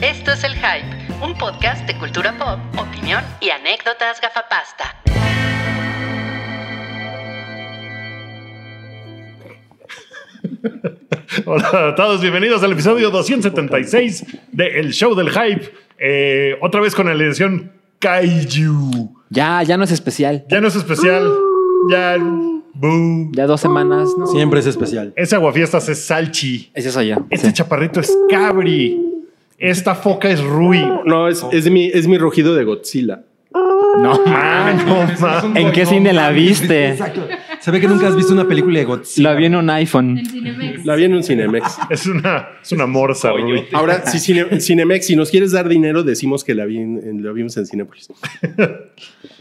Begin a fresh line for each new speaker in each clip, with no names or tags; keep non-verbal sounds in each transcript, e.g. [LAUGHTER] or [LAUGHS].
Esto es El Hype, un podcast de cultura pop, opinión y anécdotas gafapasta.
Hola a todos, bienvenidos al episodio 276 de El Show del Hype. Eh, otra vez con la edición Kaiju.
Ya, ya no es especial.
Ya no es especial. Ya. Boo.
Ya dos semanas. ¿no?
Siempre es especial.
Ese aguafiestas es Salchi.
Ese soy yo.
Este
Sí.
chaparrito es Cabri. Esta foca es Rui.
No, es, es, mi, es mi rugido de Godzilla.
No.
Ah, no,
[LAUGHS]
ma.
¿En qué cine la viste?
Exacto. Se ve que nunca has visto una película de Godzilla.
Lo vi en un iPhone.
En Cinemex.
La vi en un Cinemex.
Es una, es una morsa, Rui.
Ahora, si Cine- Cinemex, si nos quieres dar dinero, decimos que la, vi en- en- la vimos en Cinepolis.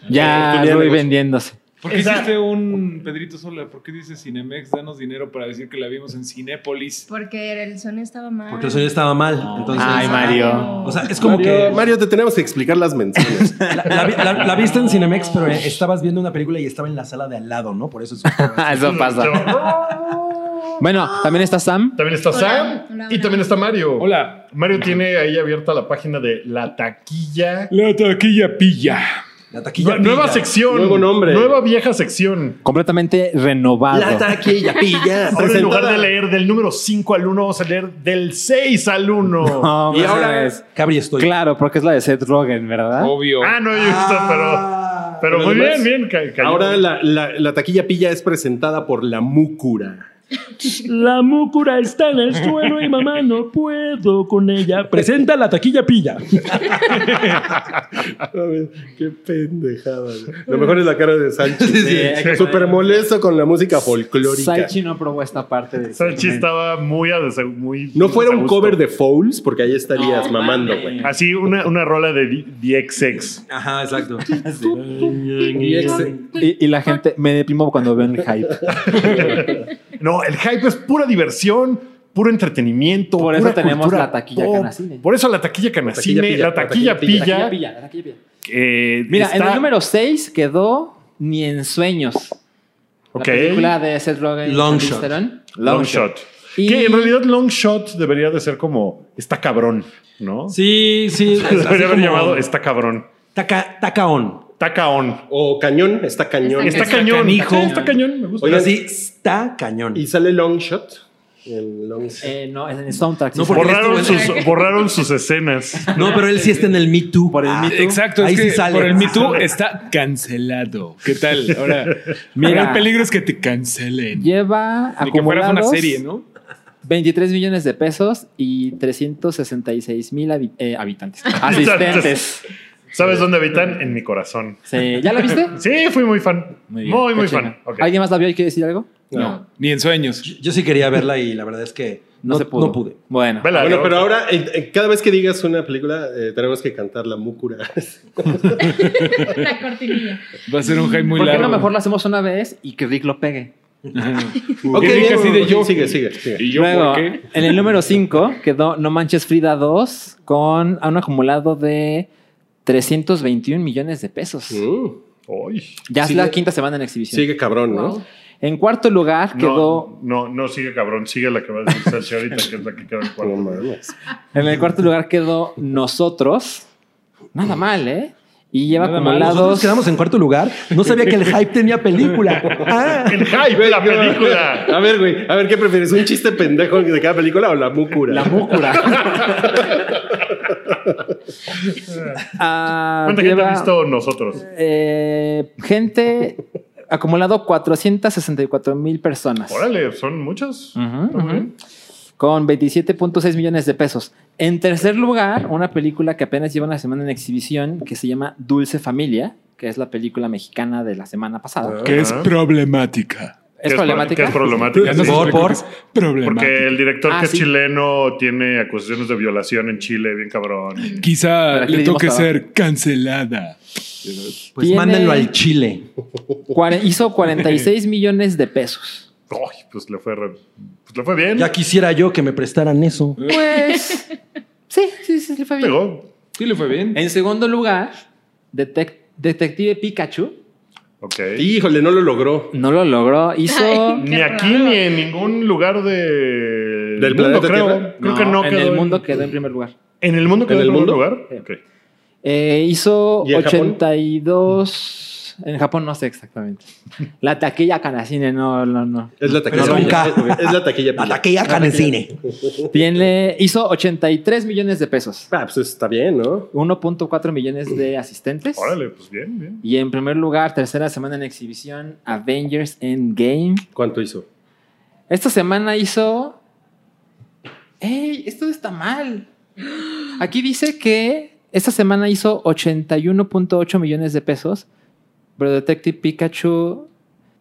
Ya
Eh, tenía
voy
negocio.
vendiéndose.
¿Por qué
Esa-
hiciste un Pedrito Sola? ¿Por qué dices Cinemex? Danos dinero para decir que la vimos en Cinépolis.
Porque el sonido estaba mal.
Porque el sonido estaba mal. Entonces,
Ay, Mario.
O sea, es como
Mario,
que.
Mario, te tenemos que explicar las [LAUGHS] menciones.
La, la vi- la- la viste en Cinemex, pero eh, estabas viendo una película y estaba en la sala de al lado, ¿no? Por eso
[LAUGHS]
es.
Eso pasa. Bueno, también está Sam.
También está
Hola,
Sam
hola,
y
hola.
también está Mario.
Hola.
Mario tiene ahí abierta la página de La Taquilla.
La taquilla pilla.
La taquilla.
Nu- nueva
pilla.
sección.
Nuevo nombre.
Nueva vieja sección.
Completamente
La
renovado.
taquilla [LAUGHS]
Ahora
pilla.
en lugar
presentada.
de leer del número 5 al 1, vamos a leer del 6 al 1.
[LAUGHS] No,
Y
no
ahora-
sabes.
Cabri, estoy.
Claro, porque es la de Seth Rogen, ¿verdad?
Obvio.
Ah, no he visto,
Ah.
pero, pero,
Pero
muy
además,
bien, bien. ca- cayó.
Ahora la, la- la taquilla pilla es presentada por la Múcura.
La múcura está en el suelo y mamá no puedo con ella. Presenta la taquilla pilla.
A ver, qué pendejada. güey. Lo mejor es la cara de Sánchez. Súper molesto con la música folclórica.
Salchi no probó esta parte de.
Salchi estaba muy, a desa- muy
No fuera un
desagusto.
cover de Fouls, porque ahí estarías mamando, güey.
Así, una, una rola de D- DXX.
Ajá,
[LAUGHS]
exacto.
Y
este-
ex-
Y, y la gente me deprimo cuando veo el hype.
No, el hype es pura diversión, puro entretenimiento.
Por eso
pura
tenemos
cultura
la taquilla
pop.
canacine.
Por eso la taquilla canacine,
pilla,
la taquilla pilla.
Taquilla pilla, la taquilla pilla.
eh,
Mira, en
está-
el número 6 quedó Ni en Sueños.
Ok.
La película de Seth Rogen. y
Long
Charlize
Shot.
Theron.
Long, Shot.
Y-
Que en realidad Long Shot debería de ser como está cabrón, ¿no? [LAUGHS]
Sí, sí. es así
debería haber
como-
llamado está cabrón.
Taca, taca on.
Taca on.
O cañón, está cañón.
Está,
Está
cañón.
canijo.
Ah, Está cañón, me gusta.
Oigan,
Oigan, sí, está cañón.
Y sale long shot. El long shot.
Eh, no, es en el soundtrack.
No,
sí,
porque-
borraron,
este
sus, borraron sus
[LAUGHS]
escenas.
No, pero él sí está en el Me Too. Por el Me Too.
Ah, Exacto,
Ahí
es
sí
que
sale.
por el Me Too está cancelado. ¿Qué tal?
[LAUGHS]
Ahora,
Mira.
mira, el peligro es que te cancelen.
Lleva
Ni que fueras
acumulados
una serie, ¿no?
23 millones de pesos y 366 mil habi- eh,
[LAUGHS]
habitantes. Asistentes.
¿Sabes dónde habitan? En mi corazón.
Sí, ¿Ya la viste?
Sí, fui muy fan. Muy,
bien,
muy,
qué
fan.
chinga.
Ok.
¿Alguien más la vio y quiere decir algo?
No.
Ni en sueños.
Yo sí quería verla y la verdad es que
No,
no,
se pudo.
no pude.
Bueno.
Vela,
Bueno,
yo-
pero ahora, eh, eh, cada vez que digas una película, eh, tenemos que cantar la múcura.
[LAUGHS] La cortinilla.
Va a ser un hype muy
¿Por qué
largo.
no mejor la hacemos una vez y que Rick lo pegue?
[LAUGHS] ok,
diga
bien,
así de
ok,
yo.
Sigue, sigue, sigue.
¿Y yo
Luego,
por qué?
en el número 5 quedó No Manches Frida 2 con a un acumulado de 321 millones de pesos.
Mm,
Uy.
Ya es
Sigue-
la quinta semana en exhibición.
sigue cabrón, ¿no?
En cuarto lugar quedó,
No, no, no sigue cabrón. Sigue la que va a decir Sachi ahorita, que es la que queda en
No
cuarto.
mames.
en el cuarto lugar quedó Nosotros. Nada mal, ¿eh? Y lleva
Nada mal.
Nosotros
acumulados.
quedamos en cuarto lugar. No sabía que el hype tenía película. Ah.
El hype, la película.
[LAUGHS] A ver, güey, a ver, ¿qué prefieres? ¿Un chiste pendejo de cada película o la múcura?
La
[LAUGHS]
múcura. Ah,
¿Cuánta gente ha
lleva,
visto nosotros?
eh, gente acumulado 464 mil personas.
Órale, son muchas.
Ujú, ujú. Con 27.6 millones de pesos. En tercer lugar, una película que apenas lleva una semana en exhibición que se llama Dulce Familia, que es la película mexicana de la semana pasada.
Que es
Ajá.
problemática.
Ah, Que
¿Es problemática?
que es problemática.
Ya [LAUGHS] no
sí.
se
Por-
sabe
por-
que es problemática.
Porque el director
Ah,
que es
sí.
chileno tiene acusaciones de violación en Chile, bien cabrón.
Quizá
¿Para qué
le
le dimos
toque
trabajo?
ser cancelada.
Pues
Tiene-
mándenlo al Chile.
Cuare-
[LAUGHS]
hizo 46 millones de pesos.
Ay, pues le fue, re- pues le fue bien.
Ya quisiera yo que me prestaran eso.
Pues. Sí, sí, sí, sí, fue bien.
Eh. Pegó.
Sí, le fue bien.
En segundo lugar, Detec- Detective Pikachu
Ok.
Híjole, no lo logró.
no lo logró. Hizo. [LAUGHS]
Ay.
Ni
Qué
aquí
raro.
ni en ningún lugar de mundo,
¿Del planeta
creo.
Tierra?
Creo que no
en
quedó
el
en-
mundo quedó en primer lugar.
¿En el mundo quedó
¿En el
en primer
mundo?
lugar?
Sí.
Ok.
Eh, hizo
¿Y en Japón?
82. En Japón no sé exactamente. La taquilla canacine, no, no, no.
Es la taquilla.
Pero es con
pilla.
K.
Es la taquilla. pilla.
Ataque ya en cine.
Tiene, hizo 83 millones de pesos.
[LAUGHS] Ah, pues está bien, ¿no?
1.4 millones de asistentes.
Órale, pues bien, bien.
Y en primer lugar, tercera semana en exhibición, Avengers Endgame.
¿Cuánto hizo?
Esta semana hizo. ¡Ey! Esto está mal. Aquí dice que esta semana hizo 81.8 millones de pesos, pero Detective Pikachu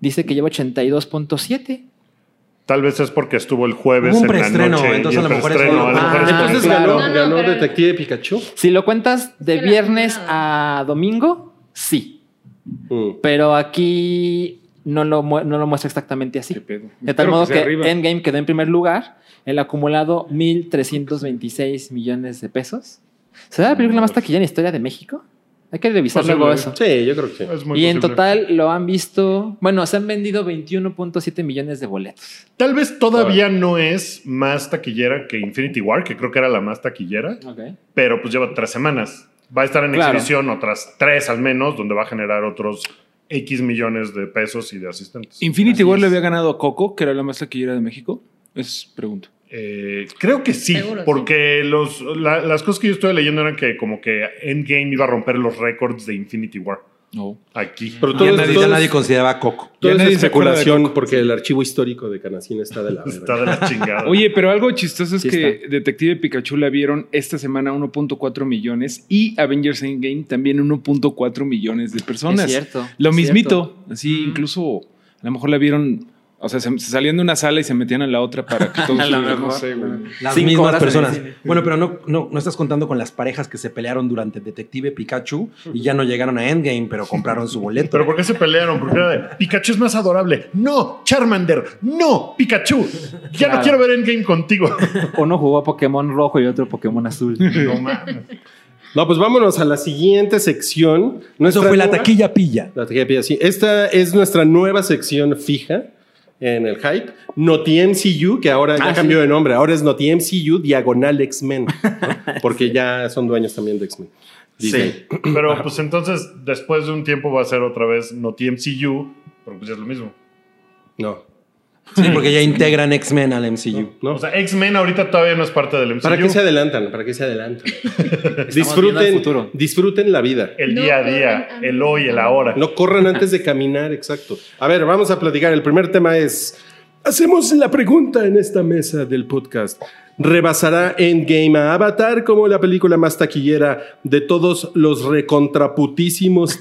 dice que lleva 82.7.
Tal vez es porque estuvo el jueves
Hubo un
en la
preestreno,
noche. y
entonces
el
a lo mejor es
preestreno,
por lo-
a
Ah,
lo mejor es por
Entonces
eso.
claro.
ganó,
No, no,
ganó
pero-
Detective Pikachu.
Si lo cuentas de
Es que la
viernes
primera.
a domingo, sí.
Mm.
Pero aquí no lo, mu- no lo muestra exactamente así. De tal
Espero
modo
que sea
que,
arriba.
Endgame quedó en primer lugar, el acumulado 1.326 millones de pesos. ¿Será la película más taquillera en la historia de México? Hay que revisar
Posible.
luego eso.
Sí, yo creo que sí.
Es muy
Y en
posible.
total lo han visto, bueno, se han vendido 21.7 millones de boletos.
Tal vez todavía no es más taquillera que Infinity War, que creo que era la más taquillera, pero pues lleva tres semanas. Va a estar en
Claro.
exhibición otras tres al menos, donde va a generar otros X millones de pesos y de asistentes.
Infinity
Así
War le
es.
había ganado a Coco, que era la más taquillera de México. Es pregunta.
Eh, creo que sí,
Seguro,
porque Los, la- las cosas que yo estuve leyendo eran que como que Endgame iba a romper los récords de Infinity War
No.
aquí.
Pero
Ya
todo-
nadie,
todo
ya
es-
nadie consideraba a Coco.
Todo
Ya
es
nadie se acuerda de
especulación porque el archivo histórico de Canacina está de la
Está
verga.
de la chingada.
Oye, pero algo chistoso es
Sí
que
está.
Detective Pikachu la vieron esta semana 1.4 millones y Avengers Endgame también 1.4 millones de personas.
Es cierto.
Lo
es
mismito.
cierto. Mm.
Así, incluso a lo mejor la vieron. O sea, se, se salían de una sala y se metían a la otra para
[LAUGHS]
que todos
A lo
estuvieran, no
mejor.
sé, güey.
Las
Cinco
mismas
horas en el
personas.
cine.
Bueno, pero no, no, no estás contando con las parejas que se pelearon durante Detective Pikachu y ya no llegaron a Endgame, pero compraron su boleto.
¿Pero por qué se pelearon? Porque era de Pikachu es más adorable. No, Charmander. No, Pikachu. Ya
Claro.
no quiero ver Endgame
[LAUGHS]
contigo.
Uno jugó a Pokémon rojo y otro Pokémon [LAUGHS] azul.
[LAUGHS] No mames.
No, pues vámonos a la siguiente sección.
Eso
Nuestra
fue la
nueva-
taquilla pilla.
La taquilla pilla, sí. Esta es nuestra nueva sección fija en el hype. Noti MCU, que ahora ya
Ah,
cambió
sí.
de nombre. Ahora es Noti MCU Diagonal
[LAUGHS]
X-Men. ¿no? Porque ya son dueños también de X-Men. Disney.
Pero pues entonces, después de un tiempo va a ser otra vez Noti MCU, pero pues ya es lo mismo.
No.
Sí, porque ya integran X-Men al MCU.
No.
O sea, X-Men ahorita todavía no es parte del MCU.
¿Para qué se adelantan? ¿Para qué
[LAUGHS]
se adelantan?
viendo el
disfruten,
futuro.
disfruten la vida.
El
No,
día a
pero-
día, el hoy, el ahora.
No corran antes de caminar, exacto. A ver, vamos a platicar. El primer tema es, hacemos la pregunta en esta mesa del podcast. ¿Rebasará Endgame a Avatar como la película más taquillera de todos los recontraputísimos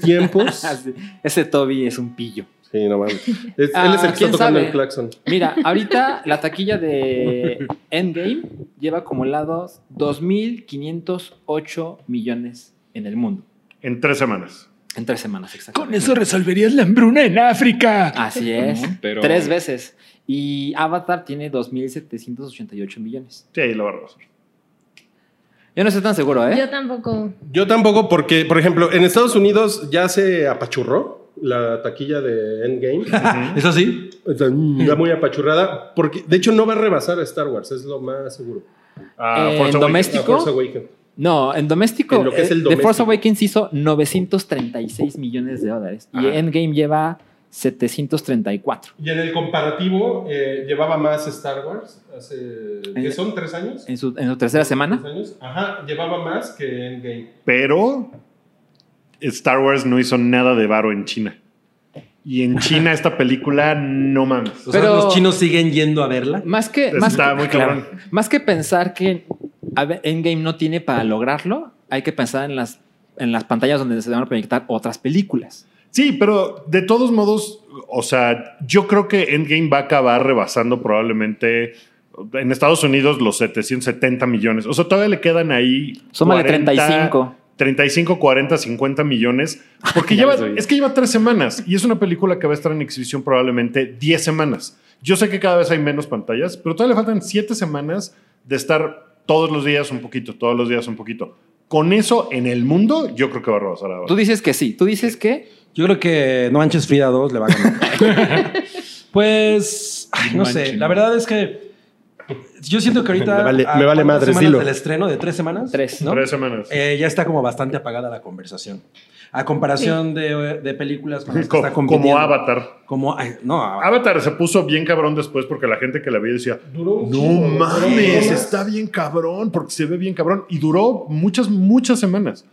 [LAUGHS]
tiempos?
Así. Ah, Ese Toby es un pillo.
Sí, no mames. Es-
Ah,
él es el que está
¿quién
tocando
sabe?
el claxon.
Mira, ahorita la taquilla de Endgame lleva acumulados 2.508 millones en el mundo.
En tres semanas.
En tres semanas, exactamente.
resolverías la hambruna en África.
Así es.
No, pero-
Tres veces. Y Avatar tiene 2.788 millones.
Sí, ahí lo va a rebasar.
Yo no estoy tan seguro, ¿eh?
Yo tampoco.
Yo tampoco, porque, por ejemplo, en Estados Unidos ya se apachurró la taquilla de Endgame.
[LAUGHS]
Ah.
¿Es así?
Está está muy apachurrada, porque de hecho no va a rebasar a Star Wars, es lo más seguro.
Ah, Force
En
Awakens.
doméstico-
A Force Awakens.
No, en doméstico,
En lo que es el
eh, The Force
doméstico.
Awakens hizo 936 millones de dólares. Y
Ajá.
Endgame lleva 734.
Y en el comparativo eh, llevaba más Star Wars hace. ¿Qué son? ¿Tres años?
En su, en su tercera
¿Tres
semana.
años? Ajá, llevaba más que Endgame.
Pero Star Wars no hizo nada de varo en China. Y en China esta película no mames.
O sea,
Pero-
los chinos siguen yendo a verla.
Más que,
Está
más, que-
muy
claro.
cabrón.
más que pensar que a ver, Endgame no tiene para lograrlo, hay que pensar en las, en las pantallas donde se van a proyectar otras películas.
Sí, pero de todos modos, o sea, yo creo que Endgame va a acabar rebasando probablemente en Estados Unidos los 770 millones. O sea, todavía le quedan ahí.
Suma de
40,
35.
35, 40, 50
[LAUGHS]
millones. Porque
Ya
lleva,
les oí.
es que lleva tres semanas y es una película que va a estar en exhibición probablemente 10 semanas. Yo sé que cada vez hay menos pantallas, pero todavía le faltan 7 semanas de estar todos los días un poquito, todos los días un poquito. Con eso en el mundo, yo creo que va a rebasar ahora.
Tú dices que sí, tú dices que
Yo creo que No Manches Frida 2 le va a ganar. pues, ay, no sé. La verdad es que Yo siento que ahorita.
Me vale-
a
me vale
cuántas
madres,
semanas
dilo.
del estreno de tres semanas.
Tres.
¿no?
Tres semanas.
Eh, ya está como bastante apagada la conversación. A comparación de, de películas con las que
Co-
está
como
compitiendo.
Avatar. Ah,
Como, ay, no, Avatar.
Avatar se puso bien cabrón después porque la gente que la veía decía, no mames, está bien cabrón, porque se ve bien cabrón. Y duró muchas, muchas semanas.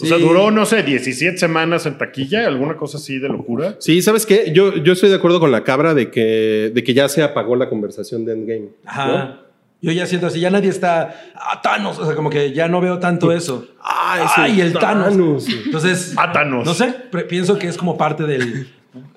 O sea,
Sí.
duró, no sé, 17 semanas en taquilla, alguna cosa así de locura.
Sí, ¿sabes qué? Yo, yo estoy de acuerdo con la cabra de que, de que ya se apagó la conversación de Endgame.
Ajá. Yo ya siento así, ya nadie está. Ah, Thanos. O sea, como que ya no veo tanto eso.
Ah,
Ay, el Thanos. Entonces.
Ah, Thanos.
No sé, Pues pre- pienso que es como parte del.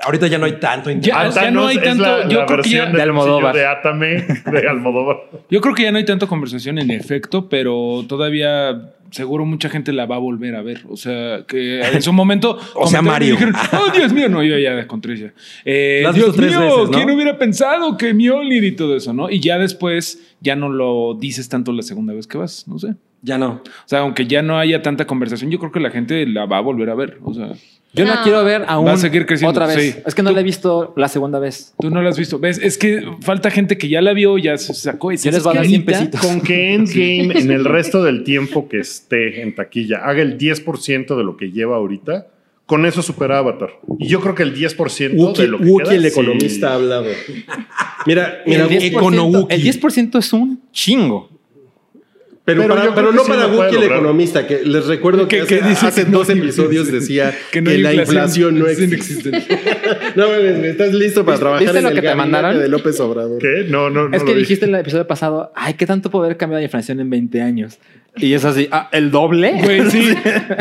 Ahorita ya no hay tanto interés.
Ya,
Ah,
o sea,
Thanos
no hay
es
tanto-
la-
yo
la
creo que
versión
ya-
del
de Almodóvar.
cuchillo De Atame, de Almodóvar.
Yo creo que ya no hay tanta conversación en efecto, pero todavía seguro mucha gente la va a volver a ver. O sea, que en su momento.
[LAUGHS] O sea,
comentaron y
Mario.
dijeron,
[LAUGHS]
oh, Dios mío, no, yo ya descontré ya. Eh,
La has
Dios
visto tres
mío,
veces, ¿no?
¿quién hubiera pensado que Mjolnir y todo eso, no? Y ya después ya no lo dices tanto la segunda vez que vas, no sé. O
Ya no.
sea, aunque ya no haya tanta conversación, yo creo que la gente la va a volver a ver. O sea,
Yo la
No.
quiero ver aún.
Va a seguir creciendo,
Otra vez.
sí.
Es que no la he visto la segunda vez.
tú no la has visto. ¿Ves? Es que falta gente que ya la vio, ya se sacó.
Yo les voy a dar 100 pesitos.
Con que Endgame en el resto del tiempo que esté en taquilla haga el 10% de lo que lleva ahorita, con eso supera Avatar. Y yo creo que el 10%
Wookie,
de lo que
Wookie,
queda,
el
sí.
economista ha hablado.
[LAUGHS]
Mira, mira,
el 10%,
Econowuki.
el 10% es un chingo.
pero,
Pero
para-
yo creo
pero
que
no
sí
para
lo puede
Wookie el
lograr.
economista, que
[LAUGHS]
les recuerdo que,
Que-
hace,
que dice
hace
que no
dos
hay
episodios
inflación.
decía que,
[LAUGHS] Que no hay
la inflación,
inflación,
no
es
existe. no mames, güey, estás listo para trabajar
viste
en
lo
el
que te
gabinete
mandaron?
de López Obrador.
¿Qué? No, no, no.
es
lo
que
vi.
dijiste en el episodio pasado, ay, ¿qué tanto puede haber cambiado la inflación en 20 años? Y es así, ah, ¿el doble?
[LAUGHS]
Güey, sí.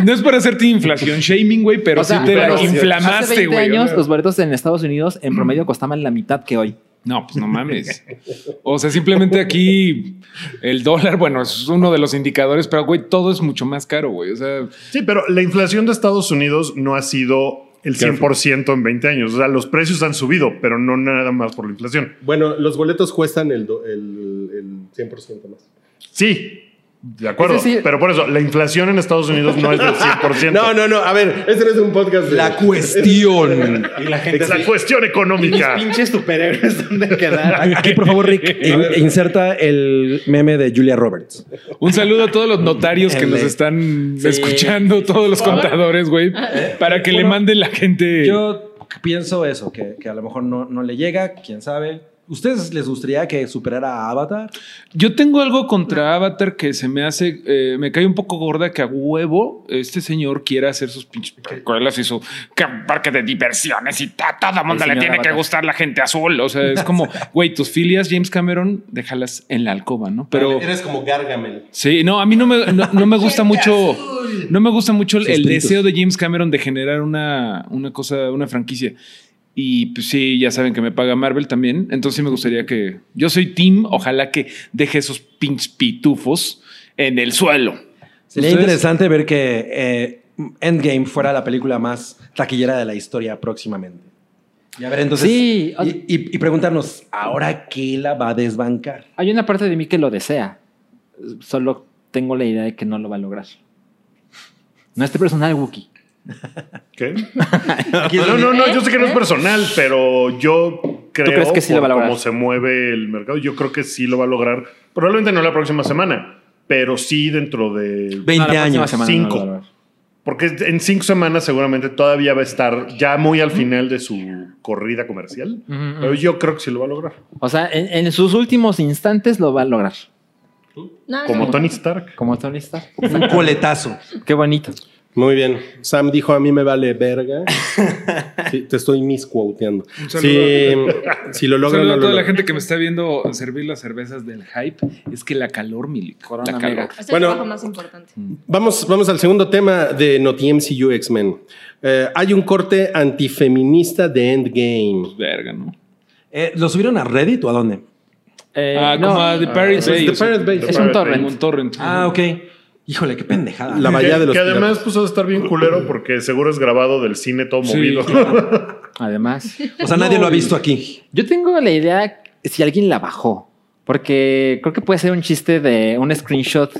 No es para hacerte inflación shaming, güey, pero
O sea,
sí te
pero
la
Hace
inflamaste,
20
güey.
años pues- los boletos en Estados Unidos en promedio costaban la mitad que hoy.
No, pues no mames. O sea, simplemente aquí el dólar, bueno, es uno de los indicadores, pero güey, todo es mucho más caro, güey. O sea,
Sí, pero la inflación de Estados Unidos no ha sido el 100% en 20 años. O sea, los precios han subido, pero no nada más por la inflación.
Bueno, los boletos cuestan el, do- el, el 100% más.
Sí. De acuerdo,
Es decir-
pero por eso, la inflación en Estados Unidos no es
[LAUGHS]
del 100%.
No, no, no, a ver, este no es un podcast. de-
La cuestión. y la gente.
Es la cuestión económica.
Pinches superhéroes,
[LAUGHS]
¿dónde quedaron?
[LAUGHS] Aquí, por favor, Rick, in- inserta el meme de Julia Roberts.
un saludo a todos los notarios que nos están escuchando, todos los contadores, güey, para que le manden la gente.
Yo pienso eso, que, que a lo mejor no, no le llega, quién sabe. ¿Ustedes les gustaría que superara a Avatar?
Yo tengo algo contra Avatar que se me hace, eh, me cae un poco gorda que a huevo este señor quiera hacer sus pinches películas y su que parque de diversiones y a todo mundo le
señor
tiene
Avatar.
que gustar la gente azul. O sea, es como, güey, tus filias, James Cameron, déjalas en la alcoba, ¿no? Pero
Eres como Gargamel.
sí, no, a mí no me, no, no me gusta mucho, no me gusta mucho el, el
Suspiritus.
deseo de James Cameron de generar una, una cosa, una franquicia. Y pues sí, ya saben que me paga Marvel también. Entonces sí me gustaría que. Yo soy Tim, ojalá que deje esos pinches pitufos en el suelo.
Sería
¿Ustedes?
interesante ver que eh, Endgame fuera la película más taquillera de la historia próximamente. Y a ver, entonces.
Sí.
Y, y- y preguntarnos, ¿ahora qué la va a desbancar?
Hay una parte de mí que lo desea. Solo tengo la idea de que no lo va a lograr. No este personal, Wookie.
¿Qué? No, no, no, yo sé que no es personal, pero yo creo
¿eh? crees que sí lo va a
por
lograr?
cómo se mueve el mercado, yo creo que sí lo va a lograr. Probablemente no la próxima semana, pero sí dentro de...
No,
20
la próxima
años.
semana no lo va a
Cinco.
lograr.
Porque en cinco semanas seguramente todavía va a estar ya muy al final de su corrida comercial,
Ujú,
pero yo creo que sí lo va a lograr.
O sea, en, en sus últimos instantes lo va a lograr.
No,
Como
no.
Tony Stark.
Como Tony Stark.
Un coletazo.
Qué bonito.
Muy bien. Sam dijo: A mí me vale [LAUGHS] verga. Sí, te estoy misquoteando. Si, si lo logran,
Un saludo
no
a
lo
toda la
logran.
gente que me está viendo servir las cervezas del hype. Es que la calor, Milik.
Corona
la calor.
mega.
Es el
Bueno.
trabajo más importante.
Vamos, vamos al segundo tema de Noti MCU X-Men. Eh, hay un corte antifeminista de Endgame.
Verga, ¿no?
Eh, ¿Lo subieron a Reddit o a dónde?
Eh,
ah,
no, pues,
como a The Pirate
es-
Bay.
The
o sea,
Pirate Bay.
Es un torrent.
Como un torrent.
Ah, ok. Híjole, qué pendejada.
La
Que,
bahía de los
que además
piratas.
pues va a estar bien culero porque seguro es grabado del cine todo
Sí,
movido. [LAUGHS]
Además,
o sea, nadie lo ha visto aquí.
yo tengo la idea si alguien la bajó. Porque creo que puede ser un chiste de un screenshot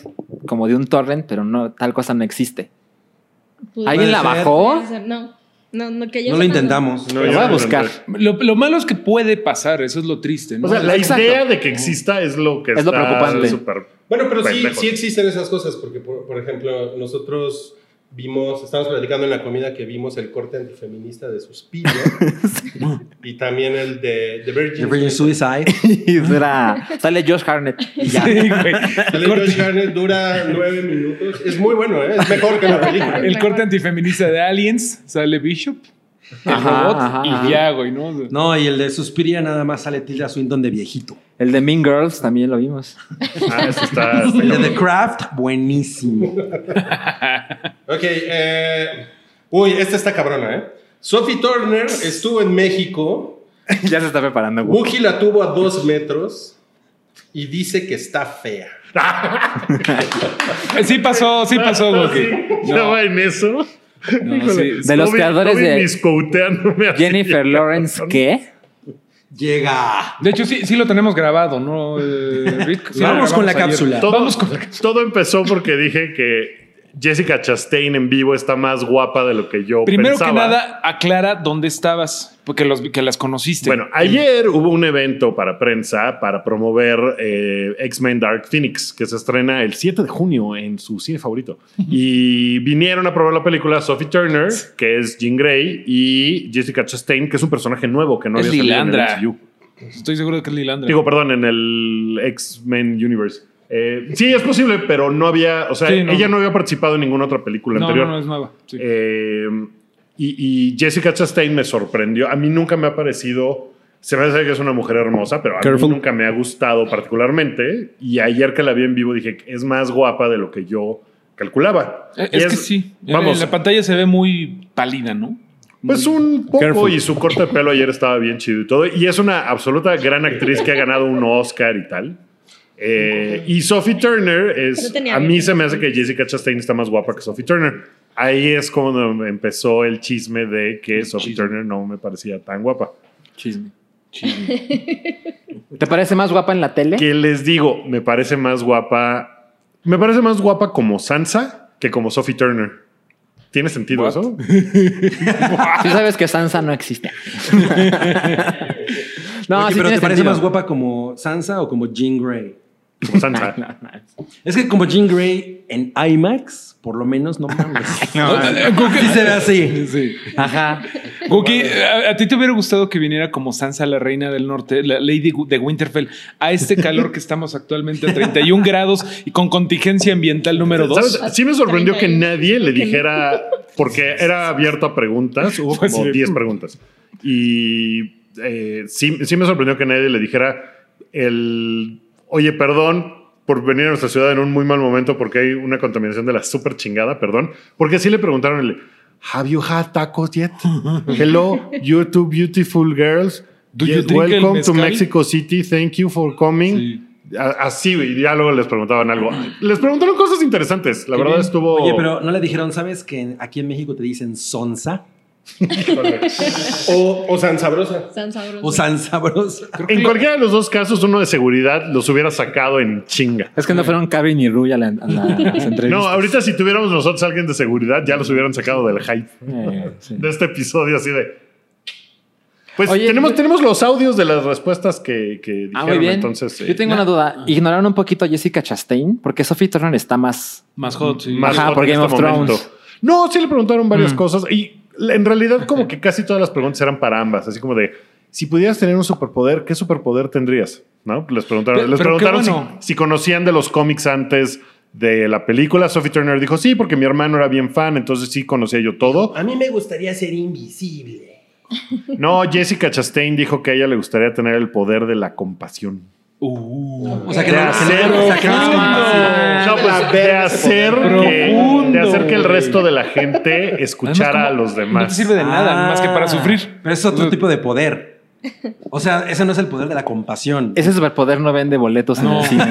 como de un torrent, pero no tal cosa no existe.
Pudo
¿Alguien la
ser.
bajó?
haber- No. No, no, que yo
No lo
sepa,
intentamos.
No,
Lo
yo
voy a
no
buscar.
entendí.
Lo, lo malo es que puede pasar, eso es lo triste, ¿no?
O sea, la
Exacto.
idea de que exista es lo que
Es lo
está
preocupante.
súper
Bueno, pero sí,
pendejo.
sí existen esas cosas, porque por, por ejemplo, nosotros vimos, estamos platicando en la comida que vimos el corte antifeminista de [LAUGHS] Suspiria y también el de The
The
Virgin.
Virgin [LAUGHS] Suicide.
Y será- Sale Josh Harnett. Y ya.
[LAUGHS] Sí, güey.
[LAUGHS] El de Josh Garnett dura nueve minutos. Es muy bueno, ¿eh? es mejor que la película. [LAUGHS]
El corte antifeminista de Aliens, sale Bishop, el
Ajá,
robot
ajá, ajá.
y ya, güey, ¿no?
No, y el de Suspiria nada más sale Tilda Swinton de viejito.
El de Mean Girls también lo vimos.
Ah, eso está. está
El de
cabrón.
The Craft, buenísimo.
Ok, eh, uy, esta está cabrona, ¿eh? Sophie Turner estuvo en México,
[LAUGHS] ya se está preparando, güey.
Buji la tuvo a dos metros y dice que está fea.
Eh, Sí pasó, sí pasó,
Ah,
Goki.
sí,
No,
Estaba en eso.
no,
Híjole.
sí.
De los
No vi-
creadores
no vi
de
miscouteándome así.
Uh, Jennifer [LAUGHS] Lawrence, ¿qué?
Llega.
De hecho, sí, sí lo tenemos grabado, ¿no, eh, Rick? Sí lo
Vamos con
grabamos
la
ayer.
cápsula.
Todo,
Vamos con la cápsula.
todo empezó porque dije que Jessica Chastain en vivo está más guapa de lo que yo
Primero
pensaba.
que nada, aclara dónde estabas, porque los, que las conociste.
Bueno, ayer hubo un evento para prensa para promover eh, X-Men Dark Phoenix, que se estrena el 7 de junio en su cine favorito. Y vinieron a probar la película Sophie Turner, que es Jean Grey, y Jessica Chastain, que es un personaje nuevo que no
Es
había salido
Lilandra.
en el MCU.
Estoy seguro de que es Lilandra.
Digo, perdón, en el X-Men Universe. Eh, sí, es posible, pero no había, o sea,
Sí, no.
ella no había participado en ninguna otra película
no,
anterior.
no, no, es nueva. sí.
Eh, y, y Jessica Chastain me sorprendió. A mí nunca me ha parecido. Se me hace que es una mujer hermosa, pero a
Careful.
mí nunca me ha gustado particularmente. Y ayer que la vi en vivo dije que es más guapa de lo que yo calculaba.
Eh,
Y
es, que sí.
Vamos,
Vamos. La pantalla se ve muy pálida, ¿no?
pues un poco
Careful.
y su corte de pelo ayer estaba bien chido y todo. Y es una absoluta gran actriz que ha ganado un Oscar y tal. Eh, y Sophie Turner es...
Pero tenía
A mí
bien.
se me hace que Jessica Chastain está más guapa que Sophie Turner. Ahí es cuando empezó el chisme de que Sophie Turner no me parecía tan guapa.
Chisme. ¿Te parece más guapa en la tele?
Que les digo, me parece más guapa... Me parece más guapa como Sansa que como Sophie Turner. ¿Tiene sentido
What?
eso?
Tú sabes que Sansa no [LAUGHS] existe. no,
Oye,
sí
pero
tiene
¿te parece
sentido.
más guapa como Sansa o como Jean Grey?
Como
[LAUGHS]
Sansa.
Es que como Jean Grey en IMAX, por lo menos no mames.
[LAUGHS]
Guki
Sí se ve así.
Sí.
Ajá.
Guki, a, a ti te hubiera gustado que viniera como Sansa, la reina del norte, la Lady Gu- de Winterfell, a este calor que estamos actualmente a 31 grados y con contingencia ambiental número 2.
¿Sabes? Sí me sorprendió que
30 y-
nadie le
que no.
dijera,
[LAUGHS]
porque era abierto a preguntas, hubo
Fue así
como
de-
10 preguntas. Y eh, sí, sí me sorprendió que nadie le dijera el, oye, perdón por venir a nuestra ciudad en un muy mal momento porque hay una contaminación de la súper chingada, perdón. Porque sí le preguntaron el, have you had tacos
[LAUGHS]
yet? Hello, you two beautiful girls.
Do you
Yes,
drink el
welcome to
mezcal?"
Mexico City. Thank you for coming.
Sí.
A- Así, y ya luego les preguntaban algo. Les preguntaron cosas interesantes. La
Qué
verdad
bien.
estuvo.
Oye, pero no le dijeron, ¿sabes que aquí en México te dicen Sonsa
O, o San Sabrosa.
San sabroso.
o Sansabrosa?
En cualquiera de los dos casos, uno de seguridad los hubiera sacado en chinga.
Es que no fueron Cabri ni Ruy a la, a las entrevistas.
No, ahorita si tuviéramos nosotros a alguien de seguridad, ya los hubieran sacado del hype
Eh, sí.
de este episodio así de. Pues
Oye,
tenemos,
yo-
tenemos los audios de las respuestas que, que dijeron.
Ah, muy bien.
Entonces, eh,
Yo tengo una duda. Ignoraron un poquito a Jessica Chastain porque Sophie Turner está más.
Más hot, sí.
más
Ajá,
hot
por
en este
Game of Thrones.
No, sí le preguntaron varias
Mm.
cosas y en realidad como que casi todas las preguntas eran para ambas, así como de si pudieras tener un superpoder, ¿qué superpoder tendrías? ¿No? Les preguntaron,
Pero-
les
pero qué
preguntaron si-
bueno.
si, conocían de los cómics antes de la película. Sophie Turner dijo, "Sí, porque mi hermano era bien fan, entonces sí conocía yo todo."
A mí me gustaría ser invisible.
No, Jessica Chastain dijo que a ella le gustaría tener el poder de la compasión.
Uh.
O sea, que no, que no- o sea, que no es
Profundo.
compasiva.
No, pues, de hacer que,
Profundo,
de hacer que el
güey.
resto de la gente escuchara a
Además, ¿cómo?
los
No te
demás.
sirve de nada,
Ah,
más que para sufrir.
Pero es otro tipo de poder. O sea, ese no es el poder de la compasión.
Ese superpoder no vende boletos en
No.
el cine.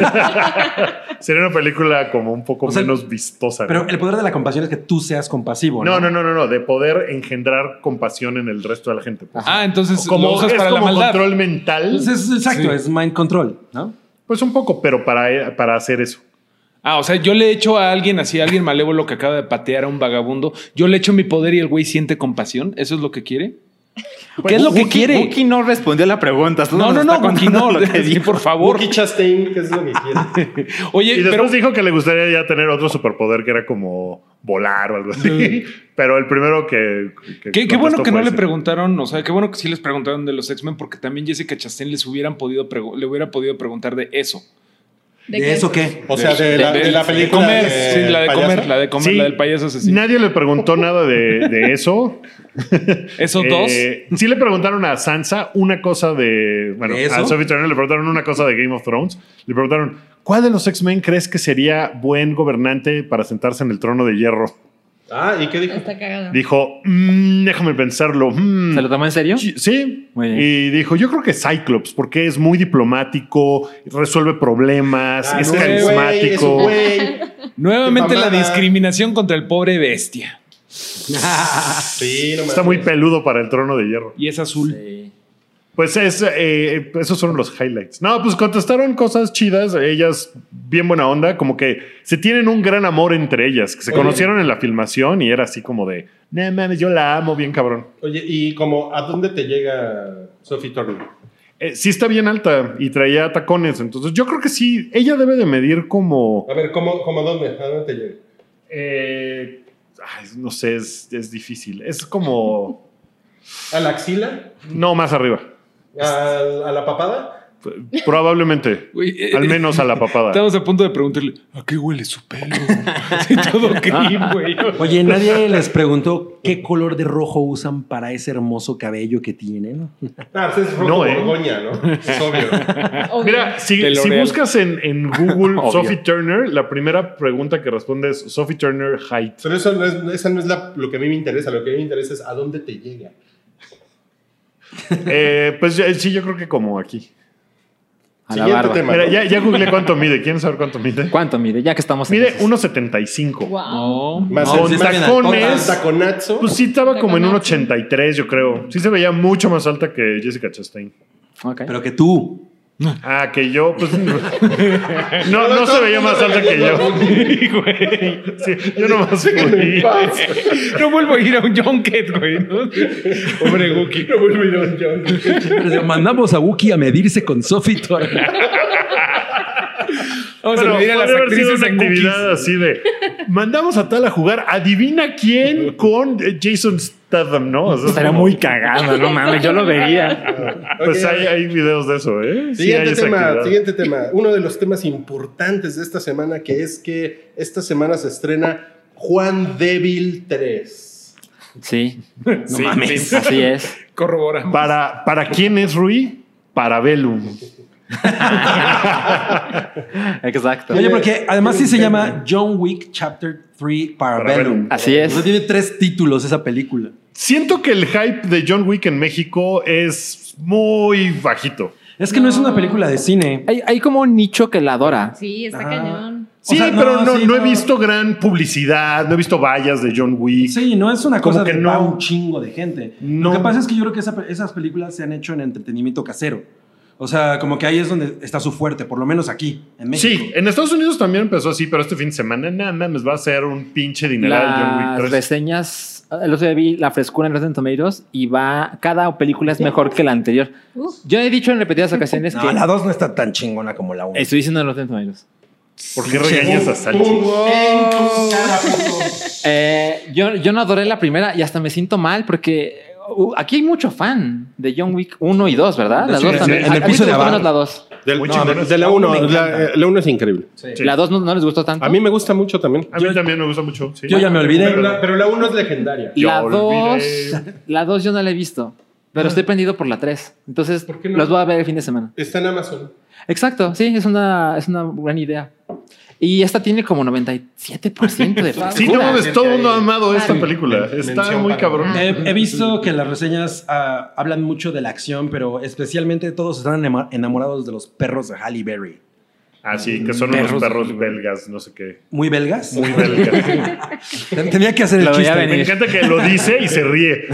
Sería una película como un poco
O sea,
menos vistosa.
Pero
¿no?
el poder de la compasión es que tú seas compasivo.
no, no, no, no, no, de poder engendrar compasión en el resto de la gente. pues.
Ah, entonces
como
lo usas
es
para la
como
maldad. Pues
control mental,
Entonces, es- exacto,
Sí.
es mind control, ¿no?
pues un poco, pero para, para hacer eso.
Ah, o sea, yo le echo a alguien así, a alguien malévolo que acaba de patear a un vagabundo, yo le echo mi poder y el güey siente compasión. ¿Eso es lo que quiere? ¿Qué es lo que
Wookie-
quiere?
Wookie no respondió la pregunta. solo
no,
nos
no,
está
no, Wookie,
contando
no,
lo que
[LAUGHS] sí,
dijo.
por favor.
Wookie Chastain, que es lo que
[LAUGHS]
quiere.
Oye,
Y
pero
después dijo que le gustaría ya tener otro superpoder que era como volar o algo así. [LAUGHS] Pero el primero que. que
qué, qué bueno
contestó
que no
fue
le
ese.
preguntaron, o sea, qué bueno que sí les preguntaron de los X-Men, porque también Jessica Chastain les hubieran podido pregu- le hubiera podido preguntar de eso.
¿De, eso qué?
O sea, de la, de la película.
comer, sí, la de
payaso.
comer, la de comer,
Sí.
la del payaso asesino.
Nadie le preguntó nada de, de eso.
Esos
Eh, sí le preguntaron a Sansa una cosa de. Bueno,
¿De eso?
a Sophie Turner le preguntaron una cosa de Game of Thrones. Le preguntaron: ¿Cuál de los X-Men crees que sería buen gobernante para sentarse en el trono de hierro?
Ah, ¿y qué dijo?
Está cagada.
Dijo: "Mm, Déjame pensarlo. mm".
¿Se lo tomó en serio?
Sí, Sí.
Muy bien.
Y dijo, yo creo que Cyclops, porque es muy diplomático, resuelve problemas,
Ah,
es
no, güey, es un
carismático. [LAUGHS]
güey.
dos. Nuevamente la
mamada.
discriminación contra el pobre bestia.
Sí, no
Está
mames.
muy peludo para el trono de hierro.
Y es azul.
Pues es, eh, esos fueron los highlights. No, pues contestaron cosas chidas, ellas bien buena onda, como que se tienen un gran amor entre ellas, que se
Oye.
conocieron en la filmación y era así como de, no mames, yo la amo bien cabrón.
Oye, ¿y como a dónde te llega Sophie Turner?
Eh, sí está bien alta y traía tacones, entonces yo creo que sí, ella debe de medir como...
A ver, ¿cómo, cómo a dónde? ¿A dónde te llega?
Eh, ay, no sé, es, es difícil. Es como.
¿A la axila?
No, más arriba.
¿A, a la papada?
Probablemente.
Güey, eh,
Al menos a la papada.
Estamos a punto de preguntarle, ¿a qué huele su pelo? [LAUGHS] Sí, todo cream, güey.
Oye, nadie les preguntó qué color de rojo usan para ese hermoso cabello que tienen.
Ah, pues es rojo
No, eh.
borgoña,
[LAUGHS]
¿no? Es obvio.
Obvio.
Mira,
De
si, si
L'Oreal.
buscas en, en Google
Obvio.
Sophie Turner, la primera pregunta que responde es Sophie Turner Height.
Pero eso no es, esa no es la- lo que a mí me interesa. Lo que a mí me interesa es a dónde te llega.
Eh, pues ya- sí, yo creo que como aquí.
A la
Siguiente
barba.
tema.
Mira, ya, ya googleé cuánto mide. ¿Quieren saber cuánto mide?
¿Cuánto mide? Ya que estamos en
Mide
esas.
1.75.
Wow.
No.
Más
Con
el-
está bien
con
tacones.
taconazo.
Pues sí, estaba como en
Taconazo.
1.83, yo creo. Sí se veía mucho más alta que Jessica Chastain.
Ok.
Pero que tú.
Ah, que yo, pues. [LAUGHS] No, no, se veía más alta que yo. [LAUGHS] Sí, yo nomás fui.
[LAUGHS] No vuelvo a ir a un junket, güey. ¿no? [LAUGHS] Hombre, Guki.
Pero mandamos a Wookie a medirse con Sophie Turner.
Vamos
Pero
a medir
podría
a las
haber sido
actrices
una
en cookies.
actividad así de. Mandamos a tal a jugar, adivina quién, con eh, Jason Statham, ¿no? O sea, es
Estaría
como-
muy cagado, no mames, yo lo vería.
[LAUGHS] Pues
Ok.
hay, hay videos de eso, ¿eh? Sí, hay
Siguiente
esa
tema,
actividad.
siguiente tema. Uno de los temas importantes de esta semana que es que esta semana se estrena Juan Débil 3.
Sí,
No mames.
así es.
Corrobora.
Para, ¿Para quién es Rui? Para Bellum.
Exacto.
Oye, porque además sí se llama John Wick Chapter 3 Parabellum.
Así
O sea,
es.
tiene tres títulos esa película.
Siento que el hype de John Wick en México es muy bajito.
Es que no, es una película de cine.
Hay, hay como un nicho que la adora.
Sí, está
Ajá.
cañón.
O
Sí,
sea,
pero no,
sí,
no he visto gran publicidad, no he visto vallas de John Wick.
Sí, no es una
Como
cosa
que
que
no.
no un chingo de gente.
No.
Lo que pasa es que yo creo que esa- esas películas se han hecho en entretenimiento casero. O sea, como que ahí es donde está su fuerte, por lo menos aquí, en México.
Sí, en Estados Unidos también empezó así, pero este fin de semana, nada mames, va a ser un pinche dineral John
Las
Wick 3.
reseñas, eh, el otro día vi la frescura en Rotten Tomatoes y va, cada película es mejor que la anterior.
Uf.
Yo he dicho en repetidas ocasiones
No,
que
la 2 no está tan chingona como la 1.
estoy diciendo en Rotten Tomatoes.
¿Por qué regañas
Pues,
a Salchi?
Eh, yo, yo no adoré la primera y hasta me siento mal porque uh, aquí hay mucho fan de John Wick 1 y 2, ¿verdad? Las
Sí,
dos
en-
también.
en el
A- a mí me
piso de
gustó
abajo.
menos la 2.
Del-
Muy
no,
chingona.
de la
La
1,
uno me
la,
encanta.
la 1 es increíble.
La 2 no, no les gustó tanto.
A mí me gusta mucho también.
A mí también me gusta mucho. sí.
Yo ya me olvidé.
Pero la, pero la 1 es legendaria.
Yo
La
olvidé.
2, la 2 yo no la he visto, pero estoy pendido por la 3. Entonces,
¿Por qué no?
los voy a ver el fin de semana.
Está en Amazon.
Exacto, sí, es una, es una gran idea. Y esta tiene como 97% de
[LAUGHS]
frescura.
Sí, no mames, todo el mundo ha amado esta
Claro.
película. Está
Mención
muy
para-
cabrón.
He, he visto que las reseñas ah, hablan mucho de la acción, pero especialmente todos están enema- enamorados de los perros de Halle Berry.
Ah, sí, que son unos
Perros.
perros belgas, no sé qué.
¿Muy belgas?
Muy belgas.
Ten- Tenía que hacer el
Lo veía
chiste.
Me encanta que lo dice y se
[LAUGHS]
ríe.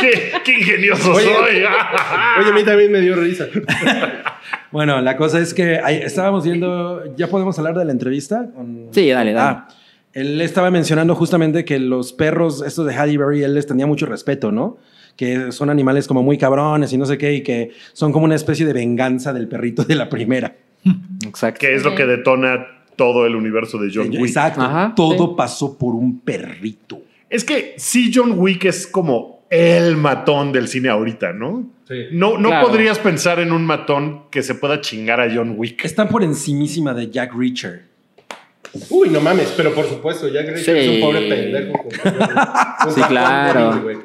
¡Qué, qué ingenioso
Oye.
soy!
Ah. Oye, a mí también me dio risa.
Bueno, la cosa es que ahí estábamos viendo, ya podemos hablar de la entrevista. Con...
Sí, dale, dale.
Ah, él estaba mencionando justamente que los perros, estos de Halle Berry, él les tenía mucho respeto, ¿no? Que son animales como muy cabrones y no sé qué, y que son como una especie de venganza del perrito de la primera.
Exacto.
Que es lo que detona todo el universo de John Wick.
Exacto.
Ajá,
Todo
sí.
pasó por un perrito.
Es que sí, John Wick es como el matón del cine ahorita, ¿no? No, no
Claro.
podrías pensar en un matón que se pueda chingar a John Wick.
Están por encimísima de Jack Reacher.
Uy, no mames, pero por supuesto, Jack Reacher
Sí.
es un pobre pendejo. compadre.
[LAUGHS]
Un
Sí,
bajón
claro.
débil, güey.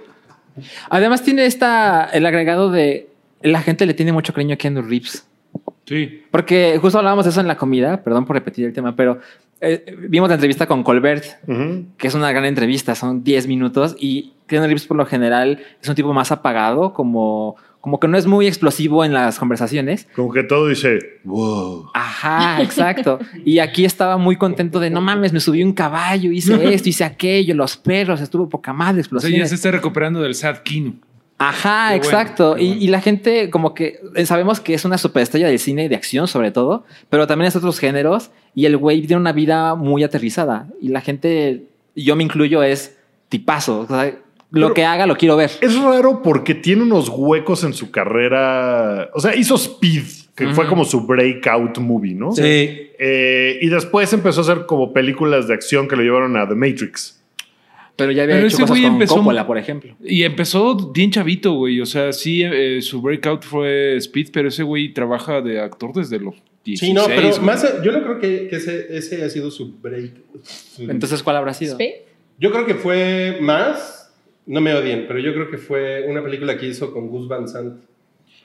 Además tiene esta el agregado de la gente le tiene mucho cariño a Keanu Reeves.
Sí.
Porque justo hablábamos de eso en la comida, perdón por repetir el tema, pero eh, vimos la entrevista con Colbert,
Ujú.
que es una gran entrevista, son 10 minutos y Keanu Reeves por lo general es un tipo más apagado, como, como que no es muy explosivo en las conversaciones.
Como que todo dice,
Ajá, exacto. Y aquí estaba muy contento de, no mames, me subí un caballo, hice esto, hice aquello, los perros, estuvo poca madre,
O sea, ya
explosiones.
se está recuperando del sad Kino.
Ajá,
Qué bueno,
exacto.
qué
Y-
bueno.
Y, la gente como que eh, sabemos que es una superestrella del cine y de acción sobre todo, pero también es otros géneros y el güey tiene una vida muy aterrizada y la gente, y yo me incluyo, es tipazo. O sea, lo que haga lo quiero ver.
es raro porque tiene unos huecos en su carrera. O sea, hizo Speed, que
Ujú.
fue como su breakout movie, ¿no?
Sí.
Eh, y después empezó a hacer como películas de acción que lo llevaron a The Matrix.
Pero ya había
Pero
hecho
ese
cosas
güey
con
empezó-
Coppola, por ejemplo.
Y empezó bien chavito, güey. O sea, sí, eh, su breakout fue Speed, pero ese güey trabaja de actor desde los 16.
Sí, no, pero
güey.
más, yo no creo que, que ese, ese ha sido su break. su-
Entonces, ¿cuál habrá sido?
¿Sí?
yo creo que fue más, no me odien, pero yo creo que fue una película que hizo con Gus Van Sant.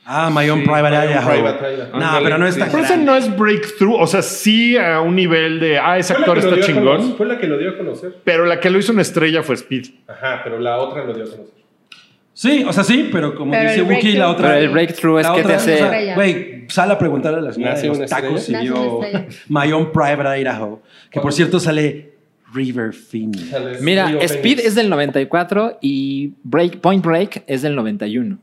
Ah, My Own
Sí,
Private
My Own
Idaho.
Private Idaho.
No,
Ándale,
pero no es
sí.
tan
Pero ese
grande.
no es breakthrough. O sea, sí a un nivel de, ah, ese
Fue la
actor
que lo
está
dio a conocer-
chingón.
Fue la que lo dio a conocer.
Pero la que lo hizo una estrella fue Speed.
Ajá, pero la otra lo dio a conocer.
Sí, o sea, sí, pero como
Pero
dice
el
Wookiee, la
breakthrough-
otra.
Pero el breakthrough es
la
que te
otra,
hace-
o sea,
Estrella.
Güey, sale a preguntarle a las
Nace
de
una
los tacos y
estrella.
Nace
vio
una estrella.
My Own Private Idaho. Que por cierto sale River Phoenix.
Sale
Mira,
Rio
Speed
Phoenix.
es del 94 y Break, Point Break es del 91.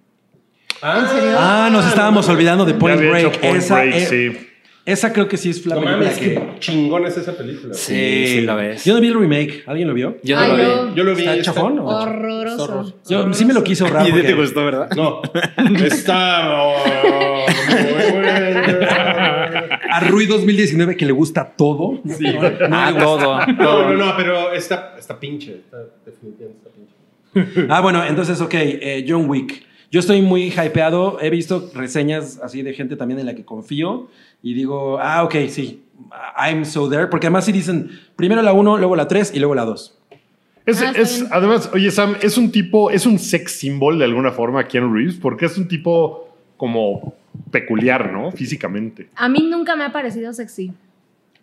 Ah,
Ah, nos estábamos
no,
olvidando de
Ya
Point
había
Break.
hecho Point
esa,
Break,
eh,
sí.
esa creo que sí es la
No
película
mames,
que-
qué chingón es esa película. güey.
Sí, sí lo ves.
Yo no vi el remake. ¿Alguien lo vio?
Yo no
Ay,
lo vi.
no.
Yo lo vi.
¿Está
está-
chafón o-
Horroroso.
Yo sí me lo
[LAUGHS]
quise ahorrar. porque-
¿verdad?
[LAUGHS]
No, está oh, muy bueno.
A Rui 2019 que le gusta todo. No, no le
Ah,
gusta.
todo.
No, no, no, pero está, está pinche. Está, definitivamente está pinche.
Ah, bueno, entonces, ok, eh, John Wick. Yo estoy muy hypeado. He visto reseñas así de gente también en la que confío. Y digo, ah, ok, sí. I'm so there. Porque además sí dicen primero la 1, luego la 3 y luego la 2.
Es,
Ah, está
es-
bien.
además, oye, Sam, es un tipo, es un sex symbol de alguna forma, Keanu Reeves, porque es un tipo como peculiar, ¿no? Físicamente.
A mí nunca me ha parecido sexy.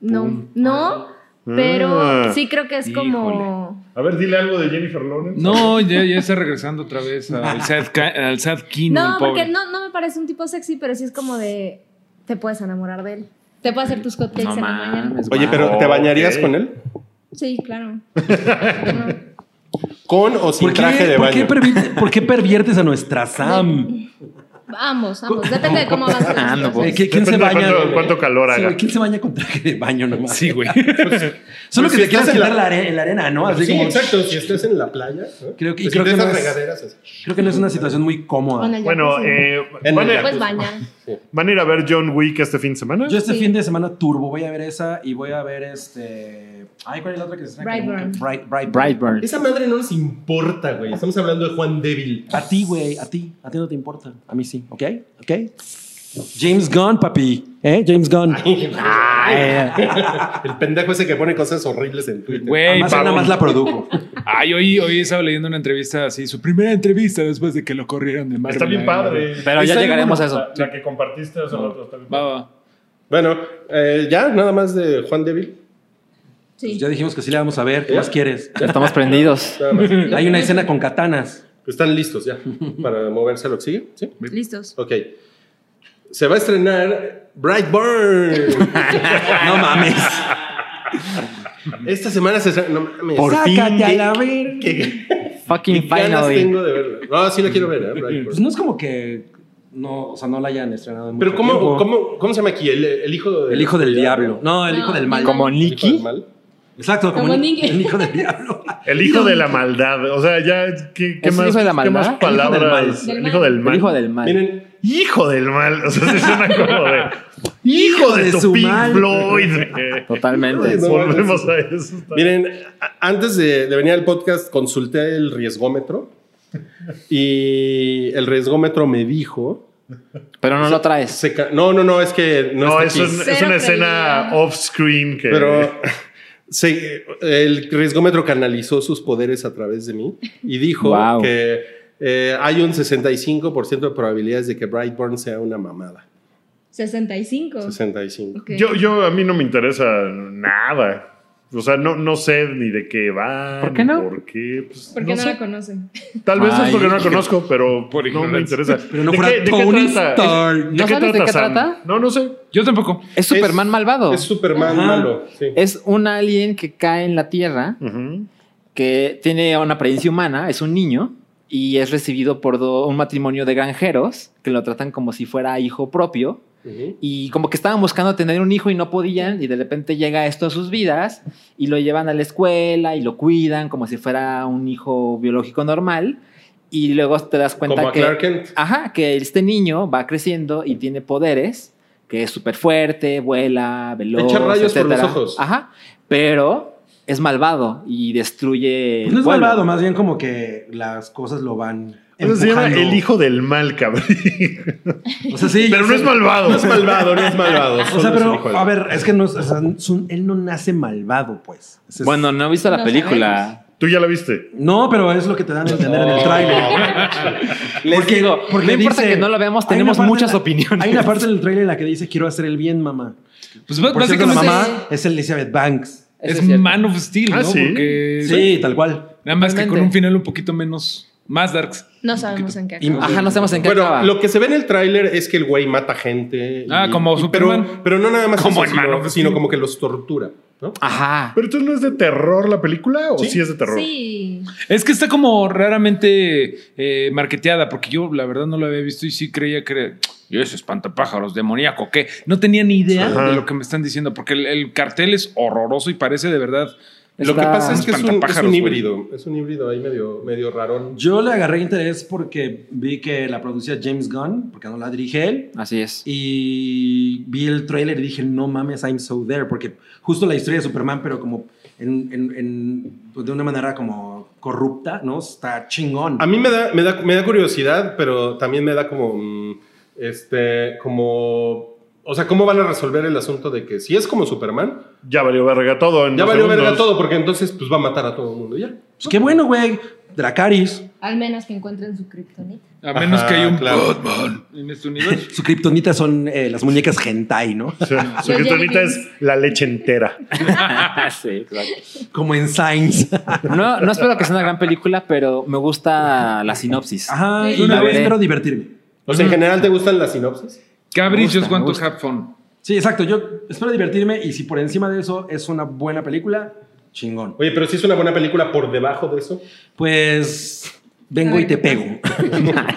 No,
Pum.
no, pero
Ah.
sí creo que es como...
A ver, dile algo de Jennifer Lawrence.
No, ya, ya está regresando otra vez al sad, ca- al sad Kino,
No,
el pobre.
porque no, no me parece un tipo sexy, pero sí es como de... Te puedes enamorar de él. Te puedes hacer tus cupcakes
No
en la mañana.
mames,
Ah,
Oye,
guau.
pero ¿te bañarías
ok.
con él?
Sí, claro.
¿Con o sin traje de
por qué
baño?
pervi- por qué perviertes a nuestra Sam?
Ambos, ambos. Depende de cómo vas.
Ah, no,
Eh,
pues.
¿qué- ¿Quién se
Depende de
baña?
cuánto- cuánto calor
Sí,
haga.
güey, ¿Quién se baña con traje de baño nomás?
Sí, güey.
[LAUGHS] Solo
Pues
que
si
te quieras
estás en la- Pues
quitar la, are- la arena, ¿no? Así
sí,
como-
exacto. Si estás en la playa, ¿no?
Creo que-
Pues
creo
de
que
esas
no es-
regaderas, así.
Creo que no es una situación muy cómoda.
Bueno, eh,
En
van,
el
a,
Pues baña.
van a ir a ver John Wick este fin de semana?
Yo este
Sí.
fin de semana turbo voy a ver esa y voy a ver este. Ay, ¿cuál es la otra que se estrena?
Brightburn.
Bright, Brightburn.
Brightburn.
Esa madre no nos importa, güey. Estamos hablando de Juan Débil. [LAUGHS]
A ti, güey, a ti, a ti no te importa. A mí sí, ¿ok? ¿Ok? James Gunn, papi. ¿Eh? James Gunn. Ay,
[LAUGHS] El pendejo ese que pone cosas horribles en Twitter.
Güey,
además, él nada
Pablo.
más la produjo.
Ay, hoy, hoy estaba leyendo una entrevista así, su primera entrevista después de que lo corrieron de Marvel.
Está bien padre.
Pero ya
Está
llegaremos a eso.
La, la que compartiste hace rato está bien
Va,
padre.
va.
Bueno, eh, ya, nada más de Juan Débil.
Sí.
Pues Ya dijimos que sí la vamos a ver. ¿Qué más quieres?
Estamos prendidos.
Nada más.
Hay una escena con katanas.
Están listos ya para moverse a lo que sigue. ¿Sí?
Listos.
Ok. Se va a estrenar Brightburn.
No mames.
Esta semana se estrena. No mames.
Sácate a
qué-
la ver.
qué- qué
Fucking
ganas
finally.
[LAUGHS]
tengo de verla. No, sí la quiero ver, ¿eh? Brightburn.
Pues no es como que. no, o sea, no la hayan estrenado en
Pero
mucho
¿cómo,
tiempo.
cómo, ¿cómo se llama aquí? El, el hijo del,
El hijo del diablo. No, el hijo del mal.
Como
¿El hijo del mal?
Exacto, como,
Como
el,
Nick.
el hijo del
[LAUGHS]
diablo.
El hijo de la maldad. O sea, ya, ¿qué, qué
¿Es el
más,
hijo de la
¿qué
maldad?
más
El hijo del
palabras?
mal.
El hijo del
El
mal.
hijo del mal.
Miren,
Hijo del mal. O sea, se suena como
[LAUGHS]
de. Hijo de,
de
tu
su
Pink
mal.
Floyd.
Totalmente.
No,
Volvemos a eso.
Miren, a- antes de, de venir al podcast consulté el riesgómetro y el riesgómetro me dijo...
Pero no lo traes.
se ca- no, no, no, es que no,
No, es,
está
un-
aquí.
es
Cero
una escena
credibilidad.
off-screen que.
Pero [LAUGHS] se- el riesgómetro canalizó sus poderes a través de mí y dijo
Wow.
que eh, hay un 65% de probabilidades de que Brightburn sea una mamada.
65.
65.
Ok.
Yo, yo, a mí no me interesa nada. O sea, no, no sé ni de qué va.
¿Por qué
ni
no?
¿Por qué? Pues,
¿Por qué no,
sé.
la conocen?
Tal vez es
Ay.
porque no la conozco, pero
[LAUGHS] Por
no me
ignorancia.
interesa.
Pero no fuera Tony Stark.
¿De
¿No
qué
sabes de
trata
qué
Sam?
trata?
No, no sé.
Yo tampoco. Pues,
Es Superman malvado.
Es Superman
Ajá.
malo. sí.
Es un alien que cae en la Tierra,
Ujú.
que tiene una apariencia humana, es un niño, y es recibido por do- un matrimonio de granjeros que lo tratan como si fuera hijo propio.
Eh,
Ujú.
Y como que estaban buscando tener un hijo y no podían, y de repente llega esto a sus vidas, y lo llevan a la escuela y lo cuidan como si fuera un hijo biológico normal. Y luego te das cuenta
Como a
que.
Clark Kent.
Ajá, que este niño va creciendo y tiene poderes, que es súper fuerte, vuela, veloz.
Echa rayos por los
etcétera.
ojos.
Ajá, pero es malvado y destruye. el
Pues No es
pueblo.
malvado, más bien como que las cosas lo van.
Eso se llama
empujando.
El Hijo del Mal, cabrón.
O sea, sí.
[LAUGHS] Pero
yo
no
sé.
es malvado.
No es malvado, no es malvado.
[LAUGHS] O sea,
solo es el hijo
pero
de-
a ver, es que no, o sea, es un- él no nace malvado, pues. Ese es-
Bueno, no he visto la
No
película.
[LAUGHS] Tú ya la viste.
No, pero es lo que te dan a entender
Oh.
en el tráiler.
Les
Porque-
digo,
porque
no importa
dice-
que no la veamos,
hay una
tenemos
parte-
muchas opiniones. [LAUGHS]
Hay una parte del tráiler en la que dice quiero hacer el bien, mamá.
Pues ba-
Por cierto, la
básicamente
mamá es Elizabeth Banks.
Eso
es,
es cierto.
Man of Steel,
Ah,
¿no?
sí.
Porque
Sí, tal cual.
nada más que con
Totalmente.
un final un poquito menos, más darks.
No sabemos en qué.
Y-
acaba.
Ajá, no sabemos [LAUGHS] en qué
Bueno,
acaba.
lo que se ve en el tráiler es que el güey mata gente. y-
Ah, como
y-
Superman.
Pero, pero no nada más
Como
eso,
en Man
sino,
of Steel.
sino como que los tortura. ¿no?
Ajá.
Pero entonces no es de terror la película o sí, es de [LAUGHS] terror.
Sí.
Es que está como raramente eh, marketeada, porque yo la verdad no la había visto y sí creía que era, yo ese espantapájaros demoníaco, que no tenía ni idea
Ajá.
de lo que me están diciendo, porque el, el cartel es horroroso y parece de verdad.
Lo que
Está-
pasa es que es un, es
Espantapájaros,
un
güey.
híbrido. Es un híbrido ahí medio, medio rarón.
Yo le agarré interés porque vi que la producía James Gunn, porque no la dirige él.
Así es.
Y vi el tráiler y dije, no mames, I'm so there, porque justo la historia de Superman, pero como en, en- en- pues, de una manera como corrupta, ¿no? Está chingón.
A mí me da, me da, me da curiosidad, pero también me da como. mm, Este. Como. O sea, ¿cómo van a resolver el asunto de que si es como Superman,
Ya valió verga todo. En
ya
dos
valió
segundos.
verga todo? Porque entonces, pues va a matar a todo el mundo ya.
Pues qué bueno, güey. Dracaris,
Al menos que encuentren su kriptonita.
A menos que haya un
claro.
Batman en este
[LAUGHS]
universo.
su kriptonita son eh, las muñecas hentai, ¿no?
O sea, Su
Los
criptonita
Jelly
es la leche entera.
[LAUGHS] Sí, exacto.
Como en Signs.
No, no espero que sea una gran película, pero me gusta la sinopsis.
Ajá,
Sí.
y
La
una vez
veré.
espero divertirme.
O sea, en general, ¿te gustan las sinopsis?
Cabri,
Me gusta,
just want
me
to
gusta.
have fun.
Sí, exacto. Yo espero divertirme y si por encima de eso es una buena película, chingón.
Oye, pero si es una buena película por debajo de eso.
Pues vengo y te pego.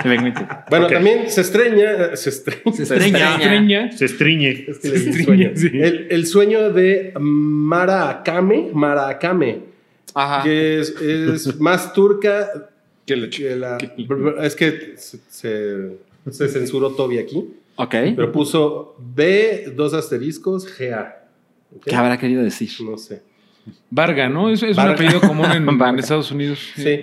Vengo y te-
Bueno,
Ok.
también se estreña. Se estreña. [LAUGHS]
Se estrella.
Estreña.
Se estriñe.
Es que le di
Se
sueño.
estriñe, sí.
el, el sueño de Mara Akame, Mara Akame,
Ajá.
que es, es más turca
Que la ch-
que la... Es que se, se- se censuró Toby aquí,
Ok.
pero puso B, dos asteriscos, GA. ¿Ok?
¿Qué habrá querido decir?
No sé.
Varga, ¿no? Es, es un
Varga.
apellido común
[LAUGHS]
en, en
Varga.
Estados Unidos. Sí.
Sí.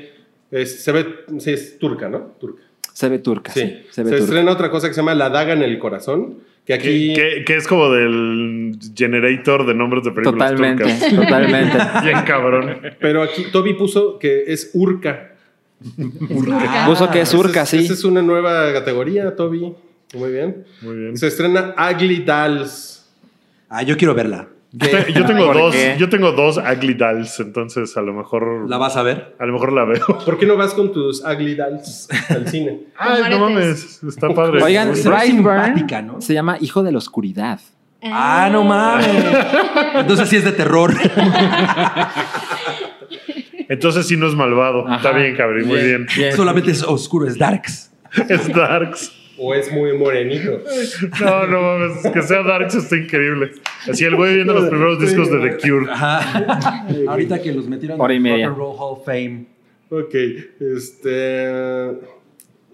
Es- se ve, sí, es turca, ¿no? Turca.
Se ve turca.
Sí.
Sí,
Se,
se ve turca.
estrena otra cosa que se llama La Daga en el Corazón, que aquí...
Que, que- que es como del generator de nombres de películas
Totalmente,
turcas.
totalmente.
[LAUGHS]
Bien cabrón.
Pero aquí Toby puso que es urca.
Puso que es
Esa
turca,
es-
sí.
Esa es una nueva categoría, Toby. Muy bien.
Muy bien.
Se estrena Ugly Dolls.
[LAUGHS] Ah, yo quiero verla.
Yo, te- yo tengo
¿Por
dos,
qué?
yo tengo dos ugly dolls, entonces a lo mejor
¿La vas a ver?
a lo mejor la veo.
¿Por qué no vas con tus Ugly Dolls al cine?
[LAUGHS] Ay, no
aretes.
mames, está padre.
Oigan,
Es simpática,
Brightburn
¿no?
se llama Hijo de la Oscuridad.
Ah, no mames. Entonces sí es de terror.
entonces sí no es malvado.
Ajá.
Está bien, cabrón, muy bien.
Solamente es oscuro, es darks.
[LAUGHS] Es darks.
o es muy morenito.
No, no mames, que sea Dark eso está increíble. Así el güey viendo los primeros discos de The Cure.
Ajá. Ahorita que los metieron
Hora y
en el
media.
Rock and Roll Hall of Fame.
Ok, este.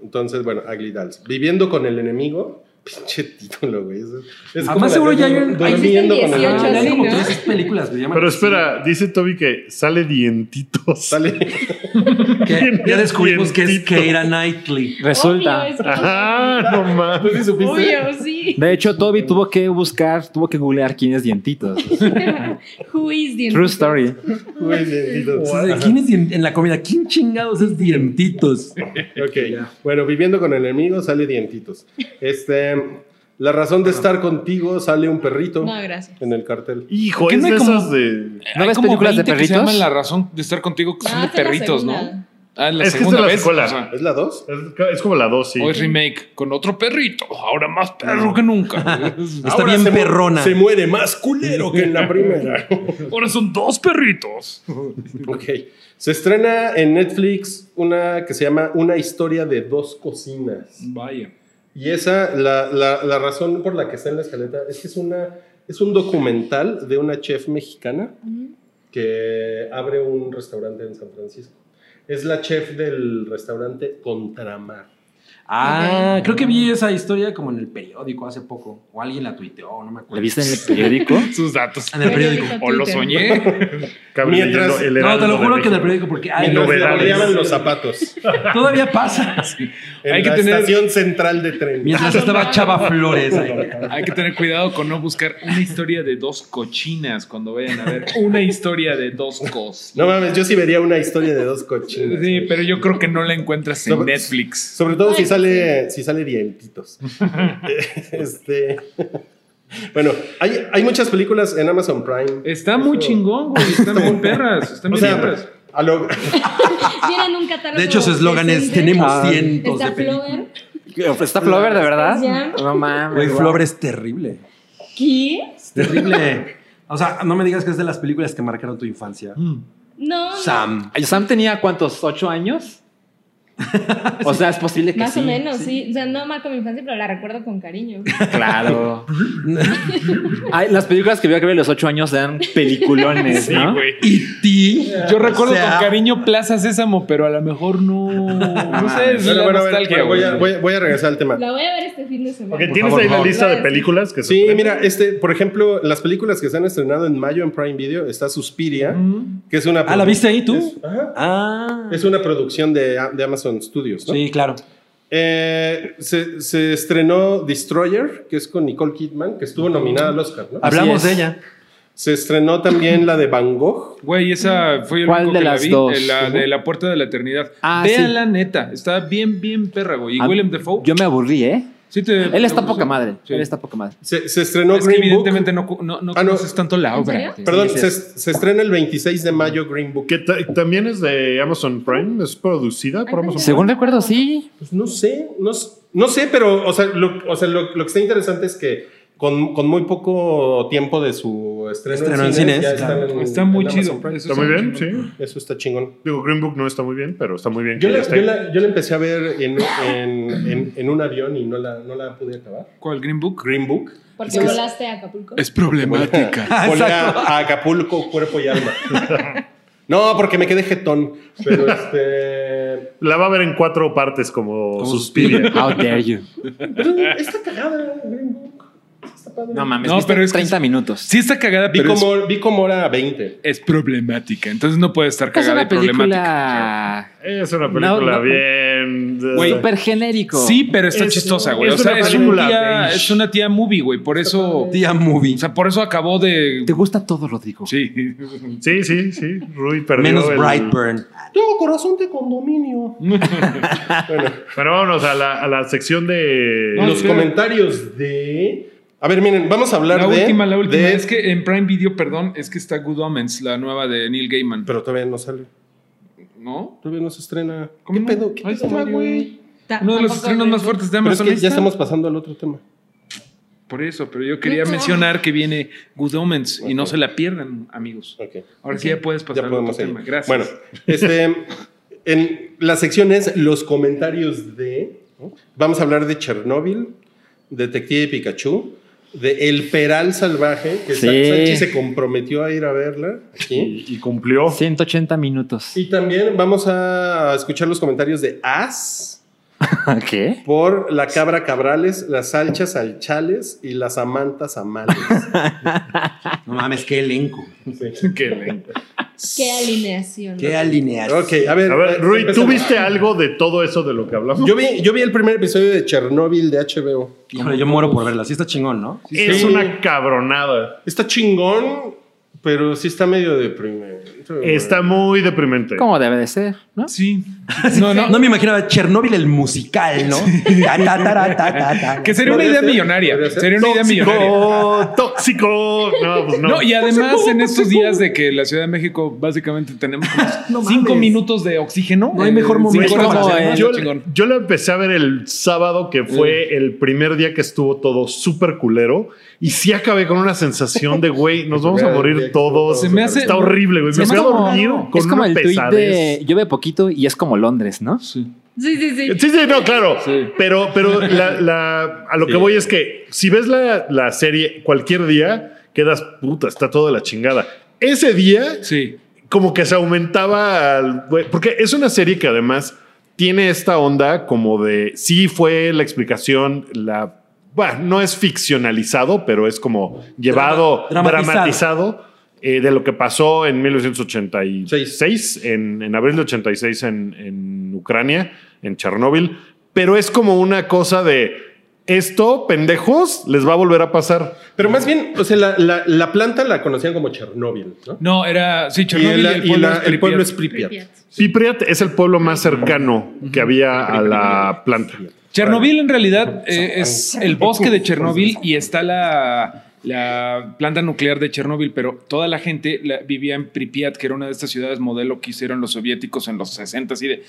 Entonces, bueno, Ugly Dolls. Viviendo con el enemigo. Pinche título, güey. eso- Es
Ah,
como
más
la
seguro
de
ya hay
dur-
un-
Ahí
durmiendo con el
existen
Ah,
18,
ya hay
sí,
como
¿no?
tres películas que se llaman
Pero
así,
espera, dice Toby que sale dientitos.
Sale. [LAUGHS]
que ya descubrimos que es
Dientito.
Keira Knightley.
Resulta.
Obvio, es que-
Ajá, no
Pues
mames.
¿Sí supiste?
Obvio, sí.
De hecho, Toby tuvo que buscar, tuvo que googlear quién es Dientitos.
Who is the-
True story.
Güey, bendito.
O sea, ¿de ¿Quién es dien- en la comida? ¿Quién chingados es dientitos?
Ok, bueno, viviendo con el enemigo sale dientitos. Este, la razón de estar contigo sale un perrito
No, gracias.
en el cartel.
Hijo,
¿Qué
es
no hay
de
como-
esas de.
¿No
Hay
ves
como
películas de
20 que se
perritos? Ah,
llaman la razón de estar contigo que son
No,
de
esta es Ah, la
perritos, ¿no?
segunda.
Ah, la
Es que es
segunda
de la
vez.
secuela.
o sea,
¿Es la 2?
Es- Es como la 2, sí.
o es remake con otro perrito, ahora más perro que [LAUGHS] nunca.
Está bien perrona.
Se muere más culero que en [LAUGHS] la primera.
ahora son dos perritos.
ok. Se estrena en Netflix una que se llama Una historia de dos cocinas.
Vaya.
Y esa, la, la- la razón por la que está en la escaleta es que es, una, es un documental de una chef mexicana que abre un restaurante en San Francisco. Es la chef del restaurante Contramar.
Ah, creo que vi esa historia como en el periódico hace poco. O alguien la tuiteó, no me acuerdo.
¿La viste en el periódico?
Sus datos.
En el periódico.
Periódico
O lo
Twitter.
soñé.
Cabe
Mientras-
leyendo el
No,
Heraldo
te lo
de
juro que en el
México.
periódico porque ay,
Mientras
no,
Mientras le
novedades.
boleaban los zapatos
todavía [LAUGHS] pasa.
en
Hay que
la
tener-
estación central de tren.
Mientras estaba Chava Flores ahí.
Hay que tener cuidado con no buscar una historia de dos cochinas cuando vayan a ver una historia de dos cos.
No mames, yo sí vería una historia de dos cochinas.
Sí, pero yo creo que no la encuentras en
Sobre-
Netflix.
Sobre todo si sale, si sale
[LAUGHS]
dientitos. [LAUGHS] este, bueno, hay, hay muchas películas en Amazon Prime.
Está muy
Eso-
chingón, güey. Están muy perras.
O
Están muy
sea,
perras.
a
[LAUGHS]
lo- [LAUGHS]
Tienen un catálogo
De hecho, su eslogan es:
decente.
Tenemos
Ah.
cientos de
Está
películas.
Flower.
¿Está Flover, de verdad?
Pues Ya.
No
Güey,
mames. guau.
Flover es terrible.
¿Qué?
Es terrible. O sea, no me digas que es de las películas que marcaron tu infancia.
No. no.
Sam.
Ay, Sam tenía cuántos, ocho
[LAUGHS]
años. O sea, es posible que
Más
sí.
o menos, sí. O sea, no marco mi infancia, pero la recuerdo
[LAUGHS]
con cariño. [LAUGHS]
Claro. Ay, las películas que vio que vi a los ocho años eran peliculones,
Sí,
¿no?
güey.
Y ti.
Yo recuerdo
O sea,
con cariño Plaza Sésamo, pero a lo mejor no. Ah, No sé, es
bueno,
la
bueno, a ver,
nostalgia.
bueno, voy, a,
güey.
voy a- voy a regresar al tema.
La voy a ver este fin de semana.
Ok, ¿Tienes
favor,
ahí la
no.
lista de películas que se
Sí,
estrenan?
mira, este, por ejemplo, las películas que se han estrenado en mayo en Prime Video está Suspiria, que es una.
Ah, ¿la viste ahí tú?
Es, ajá.
Ah.
Es una producción de, de Amazon Studios, ¿no?
Sí, claro.
Eh, se, se estrenó Destroyer, que es con Nicole Kidman, que estuvo nominada al Oscar, ¿no?
Hablamos
es.
de ella.
Se estrenó también la de Van Gogh.
Güey, esa fue el
¿Cuál
único
de
que la
las
vi.
dos?
De la, de
Ujú.
la puerta de la eternidad.
Ah,
Vean
sí.
la neta. Está bien, bien perra, güey. Y
A-
Willem Dafoe.
Ah, Yo me aburrí, ¿eh?
sí te-
Él está
te-
poca madre.
Sí.
Él está poca madre.
Se, se estrenó
Es que
Green
evidentemente no, cu- no, no
Ah, no.
conoces tanto la
¿En
obra.
serio?
Perdón,
Sí,
se,
sí.
se estrena el 26 de mayo Green Book.
Que ta- también es de Amazon Prime, es producida por
Ay,
Amazon
Según recuerdo, sí.
Pues no sé, no, s- no sé, pero o sea, lo, o sea, lo- lo que está interesante es que con, con muy poco tiempo de su estreno,
Estreno en
cines,
cines,
ya
claro.
están en-
Está muy
en
chido.
Amazon Prime.
Eso
Está muy
es
bien,
un
sí.
chingón.
Eso está chingón.
Digo, Green Book no está muy bien, pero está muy bien.
Yo
que
la,
ya está
yo
ahí.
la- yo la empecé a ver en, en- en- en un avión y no la, no la pude acabar.
¿Cuál? ¿Green Book?
Green Book.
Porque volaste a Acapulco.
Es problemática. [LAUGHS]
Volé a, a Acapulco, cuerpo y alma. No, porque me quedé jetón. Pero este.
La va a ver en cuatro partes como,
Como
Suspiria.
[LAUGHS] How dare you.
Pero pues, está cagada, Green Book. Está padre.
No mames,
No,
viste
pero es que
30 minutos.
Sí está cagada,
Vi
pero es-
como, vi como era 20.
es, problemática. Entonces no puede estar
es
cagada y
una
problemática.
película
es una película
No, no.
bien.
Güey,
eh,
súper genérico.
Sí, pero está
Es-
chistosa, güey.
es
o sea,
una
es,
película
una tía,
beige.
es una tía movie, güey. Por eso.
Tía Movie.
O sea, por eso acabó de.
¿Te gusta todo, Rodrigo?
Sí.
sí, sí, sí. Rui perdió.
Menos
el-
Brightburn.
Tengo corazón de condominio.
[LAUGHS]
Bueno, vámonos a la, a la sección de.
No,
Los
sí.
comentarios de. A ver, miren, vamos a hablar
La
de.
última, la última.
de-
Es que en Prime Video, perdón, es que está Good Omens, la nueva de Neil Gaiman.
Pero todavía no sale.
¿No?
Todavía no se estrena.
¿Cómo
¿Qué
no?
pedo? ¿Qué
Ahí
pedo,
está,
güey?
Ah,
Ta-
Uno de los
tampoco
estrenos
vi.
más fuertes de
Pero es
Amazon.
que ya
está.
estamos pasando al otro tema.
Por eso, pero yo quería
No.
mencionar que viene Good Omens y no
Ok.
se la pierdan, amigos.
Ok.
Ahora sí ya puedes pasar
ya
al otro
podemos
tema.
seguir. [LAUGHS]
Gracias.
Bueno, este, en la sección es los comentarios de. Vamos a hablar de Chernóbil, Detective Pikachu, de El Peral Salvaje, que
Sí.
Sa- Sanchi se comprometió a ir a verla aquí.
Y, y cumplió. [LAUGHS]
180 minutos.
Y también vamos a escuchar los comentarios de As
¿Qué?
por la cabra cabrales, las salchas salchales y las amantas amales.
No mames, qué elenco.
Qué lento.
Qué alineación.
Qué alineación.
ok, a ver.
A ver, Rui, ¿tú
empecemos.
viste algo de todo eso de lo que hablamos?
Yo vi, yo vi el primer episodio de Chernóbil de HBO.
Híjole, yo muero por verla. Sí está chingón, ¿no?
es
sí.
una cabronada.
Está chingón, pero sí está medio deprimente. güey.
Está muy deprimente.
¿Cómo debe de ser? ¿No?
Sí.
No, no, no me imaginaba Chernóbil el musical, ¿no? Ta, ta, ta, ta, ta, ta.
Que sería una
Podría ser,
idea
podría
millonaria.
ser.
Sería una idea millonaria.
tóxico, tóxico. No, pues no.
No, y además en estos días de que la Ciudad de México básicamente tenemos como cinco minutos de oxígeno.
No hay mejor
eh,
momento
cinco
para
hacer
horas, ¿no?
nada.
Está
yo,
chingón.
yo la empecé a ver el sábado, que fue el primer día que estuvo todo súper culero. Y sí acabé con una sensación de, güey, nos vamos a morir todos.
Se me hace-
Está horrible, güey. Me
Es
fui a
como-
dormir con
es como
una
el tuit
pesadez.
de llueve poquito y es como Londres, ¿no?
Sí.
Sí, sí, sí.
Sí, sí, no, claro.
Sí.
Pero, pero la- la- a lo que voy es que si ves la, la serie cualquier día, quedas puta, está toda la chingada. Ese día
Sí.
como que se aumentaba al- güey, porque es una serie que además tiene esta onda como de sí fue la explicación la bah, no es ficcionalizado pero es como llevado
Drama- dramatizado.
dramatizado eh, de lo que pasó en 1986 en, en abril de 86 en, en Ucrania en Chernóbil pero es como una cosa de esto pendejos les va a volver a pasar
Pero más bien, o sea, la, la- la planta la conocían como Chernóbil, ¿no?
No, era. Sí,
Y,
Chernóbil
el,
y
y la- el
el
pueblo
pueblo
es
es
Pripyat.
Pipriat es el pueblo más cercano que había a la planta
Chernobyl en realidad eh, es el bosque de Chernobyl y está la, la planta nuclear de Chernobyl, pero toda la gente la- vivía en Pripyat, que era una de estas ciudades modelo que hicieron los soviéticos en los 60 y de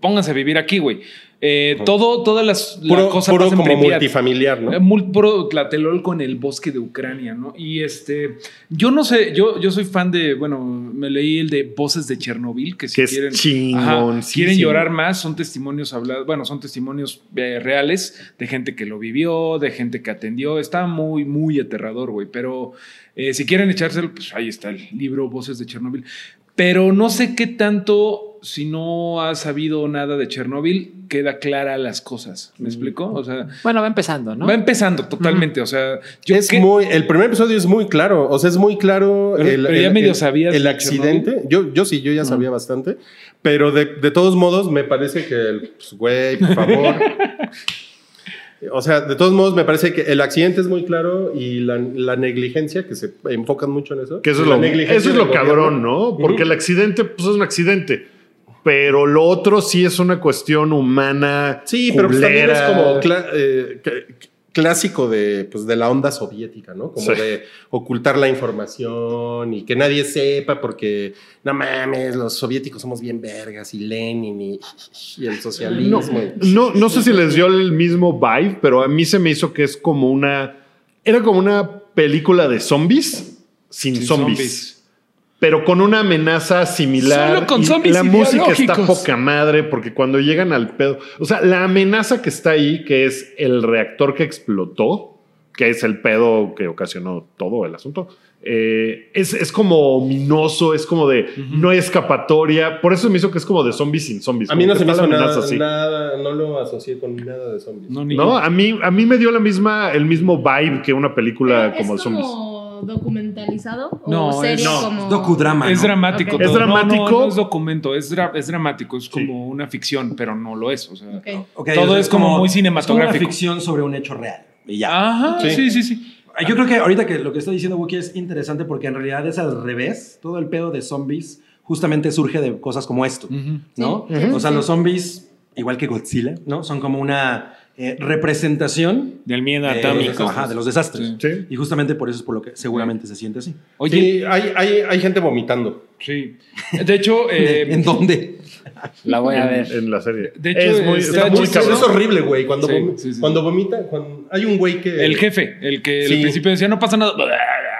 pónganse a vivir aquí, güey. Eh, todo, todas las la
Puro,
cosa
puro
pasa en
como
Pripyat.
multifamiliar,
Eh,
¿no?
Mul puro Tlatelolco en el bosque de Ucrania, ¿no? Y este, yo no sé, yo, yo soy fan de, bueno, me leí el de Voces de Chernobyl, que si
Que es
quieren,
chingoncísimo.
quieren llorar más, son testimonios hablados, bueno, son testimonios eh, reales de gente que lo vivió, de gente que atendió, está muy, muy aterrador, güey, pero eh, si quieren echárselo, pues ahí está el libro Voces de Chernobyl. Pero no sé qué tanto, si no has sabido nada de Chernobyl, queda clara las cosas. ¿Me explico? O sea,
Bueno, va empezando, ¿no?
Va empezando totalmente, o sea, yo
Es
que-
muy, el primer episodio es muy claro, o sea, es muy claro
Pero-
el,
pero ya
el-
medio
el-
sabías
el
de
accidente. Yo, yo sí, yo ya sabía bastante, pero de, de todos modos me parece que, el- pues, güey, por
[LAUGHS]
favor. o sea, de todos modos me parece que el accidente es muy claro y la, la negligencia, que se enfocan mucho en eso.
Que eso es
La
lo,
negligencia
eso es
del
lo
gobierno.
cabrón, ¿no? Porque el accidente, pues es un accidente. Pero lo otro sí es una cuestión humana.
Sí, pero pues también es
culera.
como cla- eh, cl- clásico de, pues, de la onda soviética, ¿no? Como
Sí.
de ocultar la información y que nadie sepa porque, no mames, los soviéticos somos bien vergas y Lenin y, y el socialismo.
No, no sé si les dio el mismo vibe, pero a mí se me hizo que es como una. Era como una película de zombies sin,
Sin
zombies,
zombies.
Pero con una amenaza similar.
Solo con
y
zombies
La música está
ideológicos.
poca madre porque cuando llegan al pedo. O sea, la amenaza que está ahí, que es el reactor que explotó, que es el pedo que ocasionó todo el asunto. eh, es, es como ominoso, es como de no hay escapatoria. Por eso me hizo que es como de zombies sin zombies.
A mí
como
no
que
se me
está
hizo
la
nada,
amenaza así.
nada, no lo asocié con nada de zombies.
No, ni
No,
yo.
a mí, a mí me dio la misma, el mismo vibe que una película
¿Es
como de zombies.
como documentalizado? ¿O
No,
serie
es- no,
como...
Es docudrama.
es
¿no?
dramático.
Ok.
todo.
Es
No, no,
dramático.
No, es documento, es, dra- es dramático, es como una ficción, pero no lo es. O sea,
Ok.
Ok,
Todo es como muy
Es
cinematográfico. Ah.
una ficción sobre un hecho real. Y ya.
Ajá,
Sí.
sí, sí, sí.
Ah, Yo creo que ahorita que lo que está diciendo Wookie es interesante porque en realidad es al revés. Todo el pedo de zombies justamente surge de cosas como esto,
Ujú.
¿no?
Sí, Ujú.
O sea,
sí.
los zombies, igual que Godzilla, ¿no? Son como una eh, representación
Del miedo
de,
atómico.
Eh, ajá, de los desastres.
Sí.
Y justamente por eso es por lo que seguramente se siente así.
Oye,
Sí, hay, hay, hay gente vomitando.
sí. De hecho, eh,
¿En dónde?
La voy a
En,
ver.
en la serie.
De hecho,
es
este,
muy,
está
está muy
chistoso.
cabrón.
es horrible, güey. Cuando,
Sí,
vom-
sí, sí.
cuando vomita, cuando- hay un güey que...
el jefe, el que
Sí.
al principio decía no pasa nada,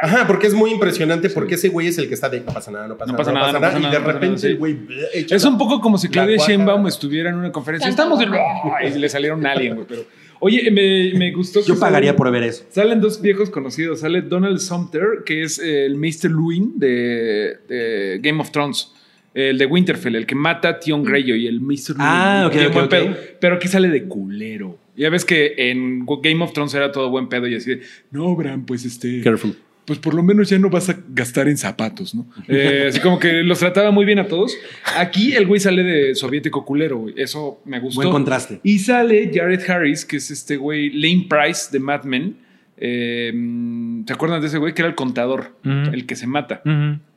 Ajá, porque es muy impresionante porque ese güey es el que está de no pasa nada, no pasa,
No pasa
nada,
nada, no pasa
y
nada,
de
no pasa
repente
nada, sí.
el güey bleh, echa
Es
la-
un poco como si
la
Claudia
guaca.
Sheinbaum estuviera en una conferencia. Estamos en... [LAUGHS] Y le salieron alien, güey. Pero, oye, me, me gustó. que
Yo pagaría
salen-
por ver eso.
Salen dos viejos conocidos. Sale Donald Sumter, que es el Mr. Lewin de, de Game of Thrones. El de Winterfell, el que mata a Tion Greyjoy, el Mr. Lewin.
Mm. Ah, ok,
Bien
ok,
buen
ok.
pedo. Pero aquí sale de culero. Ya ves que en Game of Thrones era todo buen pedo y así de, no, Bran, pues este
Careful.
pues por lo menos ya no vas a gastar en
[LAUGHS]
zapatos, ¿no? Eh, así como que los trataba muy bien a todos. Aquí el güey sale de soviético culero, güey. Eso me gustó.
Buen contraste.
Y sale Jared Harris, que es este güey, Lane Price de Mad Men. Eh, ¿Te acuerdas de ese güey que era el contador,
Ujú.
el que se mata?
Ujú. [LAUGHS]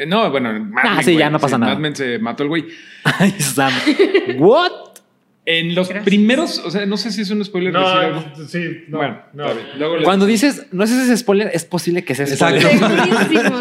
Eh, no, bueno, en Mad
Ah,
Men,
sí,
güey.
ya no pasa
en
nada.
Mad Men se mató el güey.
Ay, Sam. ¿What?
En los
Gracias.
primeros, o sea, no sé si es un spoiler decir algo.
No, sí, no.
bueno,
no.
está bien. Luego les-
Cuando dices, no sé si es spoiler, es posible que sea spoiler.
Exacto.
Segurísimo,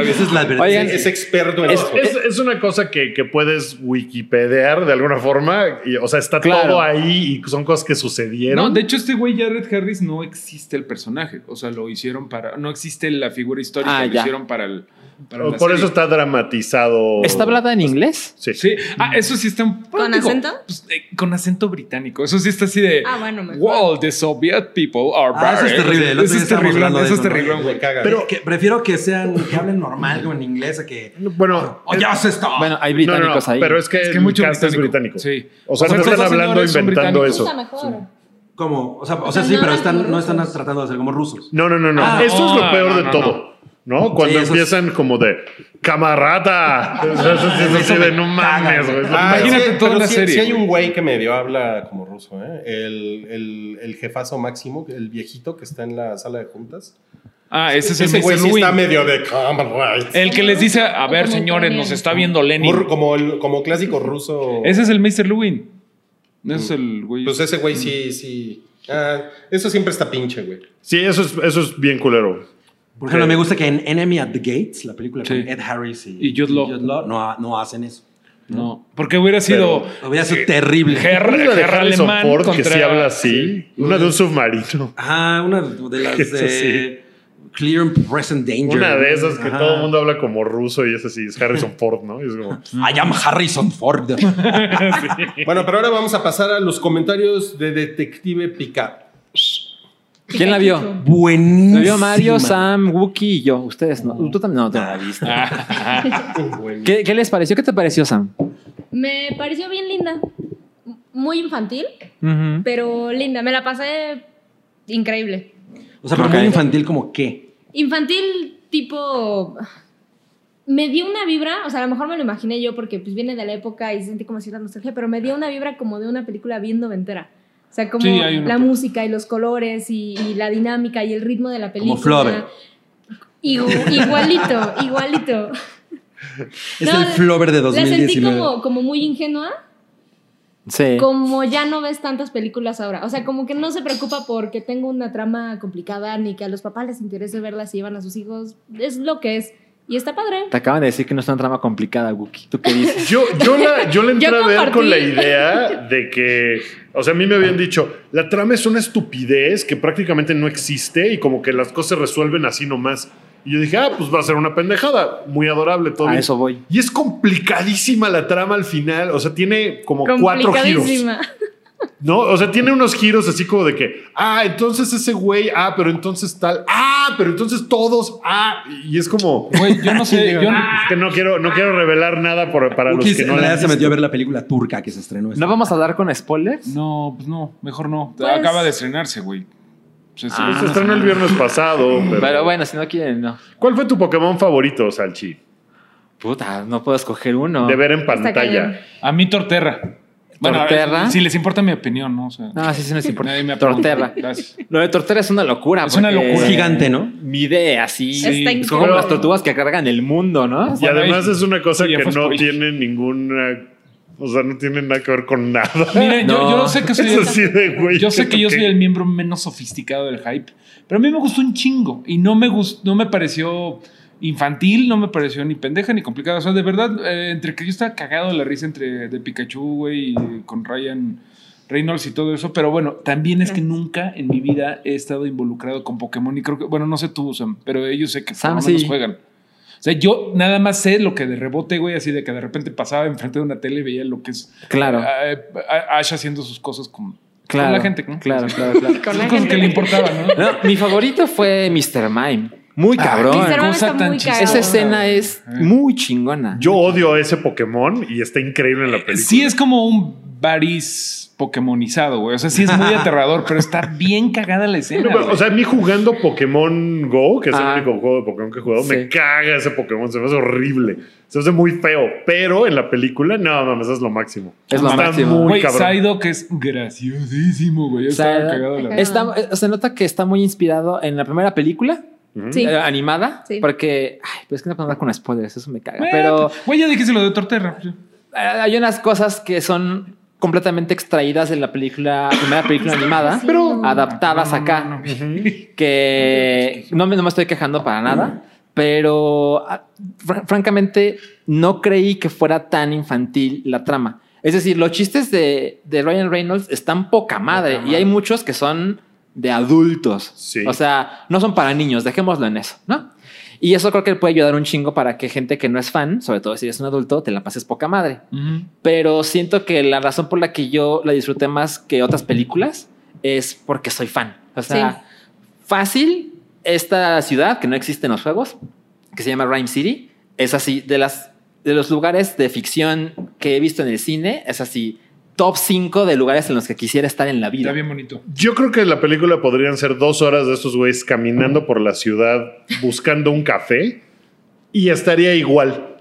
Está bien.
Esa es la
Oigan,
advertencia.
Es experto en
Es-
eso.
Es, es una cosa que, que puedes wikipedear de alguna forma. y, o sea, está
Claro.
todo ahí y son cosas que sucedieron.
No, de hecho, este güey Jared Harris no existe el personaje. O sea, lo hicieron para. No existe la figura histórica,
Ah,
lo
ya.
hicieron para el. para la
Por eso
serie.
está dramatizado.
¿Está hablada en inglés?
Sí.
Sí. Ah, eso sí está. un-
¿Con acento?
pues, eh, con acento británico. Eso sí está así de.
Ah, bueno, mejor.
Wow, the Soviet people are
Ah, eso es
barbarians".
terrible. El otro
Eso
día
es
estábamos
terrible.
hablando de
Eso es
eso, ¿no?
terrible,
Me
güey.
caga.
Pero-
Que prefiero que sean, que hablen normal o en inglés a que.
Bueno,
¡Oh, ya se está!
Bueno, hay
no, no, no,
Ah, británicos ahí.
pero es que,
Es que
el
mucho
cast es
británico.
británico.
Sí.
O sea,
O sea,
no
todos
están
los
hablando,
señores son
inventando
británicos.
eso.
Está mejor.
¿Cómo? O sea, o sea,
O sea,
sí,
no
pero
hablan
están,
como
no están
rusos.
tratando de ser como rusos.
No, no, no, no.
Ah,
eso es
no,
lo peor de
no, no,
todo. ¿No? Cuando
eso
empiezan como de
[LAUGHS]
camarada. Eso sí es así
Eso me
de no mames,
caga,
güey.
Ah,
Imagínate
sí,
toda
pero
la
sí-
serie,
sí hay
güey.
un güey que medio habla como ruso, ¿eh? El, el, el jefazo máximo, el viejito que está en la sala de juntas.
Ah, ese es
Ese
el
güey
Mr.
sí
Lewin.
está medio de comrades.
El que les dice, a ver,
Como
señores, nos
ucraniano.
está viendo Lenin.
Como, como, el- como clásico ruso.
Ese es el Mr. Lewin. Ese es el güey.
Pues ese güey sí, sí. Ah, eso siempre está pinche, güey.
Sí, eso es, eso es bien culero.
Por ejemplo, me gusta que en Enemy at the Gates, la película
Sí.
con Ed Harris y,
Y Jude Law.
no, ha- no hacen eso.
no. Porque hubiera sido.
Hubiera sido terrible.
Ger-
Una de
Ger
Harrison
alemán
Ford que
contra-
sí habla
[LAUGHS]
así. Una de un submarino.
Ajá, una de las
Eso
de Clear and Present Danger.
Una de esas que
Ajá.
todo el mundo habla como ruso y es así, es
[LAUGHS]
Harrison Ford, ¿no? Y es como,
I am
[LAUGHS]
Harrison Ford.
Bueno, pero ahora vamos a pasar a los comentarios de Detective Picard.
¿Quién la vio?
Buenísimo.
La vio Mario, Sam, Wookie y yo. Ustedes no. Tú también no, tú no la viste. ¿Qué, qué les pareció? ¿Qué te pareció, Sam?
Me pareció bien linda. M- Muy infantil,
Ujú.
pero linda. Me la pasé increíble.
O sea, pero
Ok.
muy infantil como qué.
Infantil tipo... Me dio una vibra, o sea, a lo mejor me lo imaginé yo porque pues viene de la época y sentí como cierta nostalgia, pero me dio una vibra como de una película bien noventera. O sea, como
Sí, hay una
la
pe-
música y los colores y, y la dinámica y el ritmo de la
Como
película.
Flover.
Igu- igualito, igualito.
Es
No,
el Flover de
La sentí
2019.
como, como muy ingenua,
Sí.
como ya no ves tantas películas ahora. O sea, como que no se preocupa porque tengo una trama complicada ni que a los papás les interese verla si llevan a sus hijos. Es lo que es. Y está padre.
Te acaban de decir que no es una trama complicada, Wookie. ¿Tú qué dices?
Yo, yo, la, yo la entré
[LAUGHS] Yo
a ver
compartí.
con la idea de que, o sea, a mí me habían dicho, la trama es una estupidez que prácticamente no existe y como que las cosas se resuelven así nomás. Y yo dije, ah, pues va a ser una pendejada, muy adorable todo.
A
bien.
Ah, eso voy.
Y es complicadísima la trama al final, o sea, tiene como cuatro giros. No, o sea, tiene unos giros así como de que, ah, entonces ese güey, ah, pero entonces tal, ah, pero entonces todos, ah, y es como, [LAUGHS]
Güey, yo no sé. yo no-
es que no quiero, no quiero revelar nada por- para los
Uki
que
en
no la
realidad
han
se
visto.
metió a ver la película turca que se estrenó. este-
¿No vamos a dar con spoilers?
No, pues no, mejor no.
Pues-
Acaba de estrenarse, güey. O sea, sí.
Ah,
se estrenó el viernes
[LAUGHS]
pasado. Pero,
Pero bueno, si no quieren, no.
¿Cuál fue tu Pokémon favorito, Salchi?
Puta, no puedo escoger uno.
De ver en
cañón.
pantalla.
A mí Torterra. Bueno,
¿Torterra?
Si les importa mi opinión, ¿no? O sea,
No, sí, sí, no es
nadie me ha
importante.
preguntado.
Torterra.
Gracias.
Lo de Torterra es una locura.
Es una
porque
locura.
Gigante, ¿no?
Mide así.
Sí.
Está
Es como
increíble.
las tortugas que cargan el mundo, ¿no?
Y además es una cosa
Sí, ya
que no
fue spoiler.
tiene ninguna. O sea, no tiene nada que ver con nada.
Mira, yo,
No.
yo
[LAUGHS]
sé que soy
Es
el,
así de güey.
yo sé que yo soy
¿qué?
el miembro menos sofisticado del hype, pero a mí me gustó un chingo y no me gustó, no me pareció infantil, no me pareció ni pendeja ni complicada. O sea, de verdad, eh, entre que yo estaba cagado de la risa entre de Pikachu, güey, y con Ryan. Reynolds y todo eso, pero bueno, también es que nunca en mi vida he estado involucrado con Pokémon y creo que, bueno, no sé tú, Sam, pero ellos sé que por
Sam,
lo menos
sí.
juegan. O sea, yo nada más sé lo que de rebote, güey, así de que de repente pasaba enfrente de una tele y veía lo que es
Claro.
eh, a- Ash haciendo sus cosas con, con
Claro,
la gente. ¿no?
claro,
O sea,
claro,
[LAUGHS]
claro.
Son cosas que le importaban, ¿no?
[LAUGHS] No, mi favorito fue Mr. Mime. Muy cabrón.
Mr. Mime
cosa
está
tan
muy
chistosa.
Esa
cagado.
escena es muy chingona.
Yo odio a ese Pokémon y está increíble en la película.
Sí, es como un Baris Pokémonizado, güey. O sea, sí es
[LAUGHS]
muy aterrador, pero está bien cagada la escena.
No, pero,
güey.
o sea, a mí jugando Pokémon Go, que es
Ah.
el único juego de Pokémon que he jugado,
Sí.
me caga ese Pokémon, se me hace horrible. Se me hace muy feo, pero en la película, no, mames, es lo máximo.
Es lo
Está
máximo.
muy
Güey,
cabrón.
Psyduck es graciosísimo, güey. Yo
O sea,
estaba cagado la
Ajá.
verdad.
está- eh, se nota que está muy inspirado en la primera película
Ujú.
Sí.
eh, animada,
Sí.
porque ay, pues es que no puedo hablar con spoilers, eso me caga.
Bueno,
Pero
Güey, ya dijiste lo de Torterra.
eh, hay unas cosas que son completamente extraídas de la película, primera película animada,
Sí, no.
adaptadas
No, no,
acá.
no, no.
que no me, no me estoy quejando para nada, pero ah, fran- francamente no creí que fuera tan infantil la trama. Es decir, los chistes de, de Ryan Reynolds están poca madre, y hay muchos que son de adultos.
Sí.
O sea, no son para niños, dejémoslo en eso, ¿no? Y eso creo que puede ayudar un chingo para que gente que no es fan, sobre todo si eres un adulto, te la pases poca madre
Ujú.
pero siento que la razón por la que yo la disfruté más que otras películas es porque soy fan. O sea,
Sí.
fácil, esta ciudad que no existe en los juegos, que se llama Rhyme City, es así, de, las, de los lugares de ficción que he visto en el cine, es así, top 5 de lugares en los que quisiera estar en la vida.
Está bien bonito.
Yo creo que la película podrían ser dos horas de estos güeyes caminando por la ciudad buscando un café y estaría igual.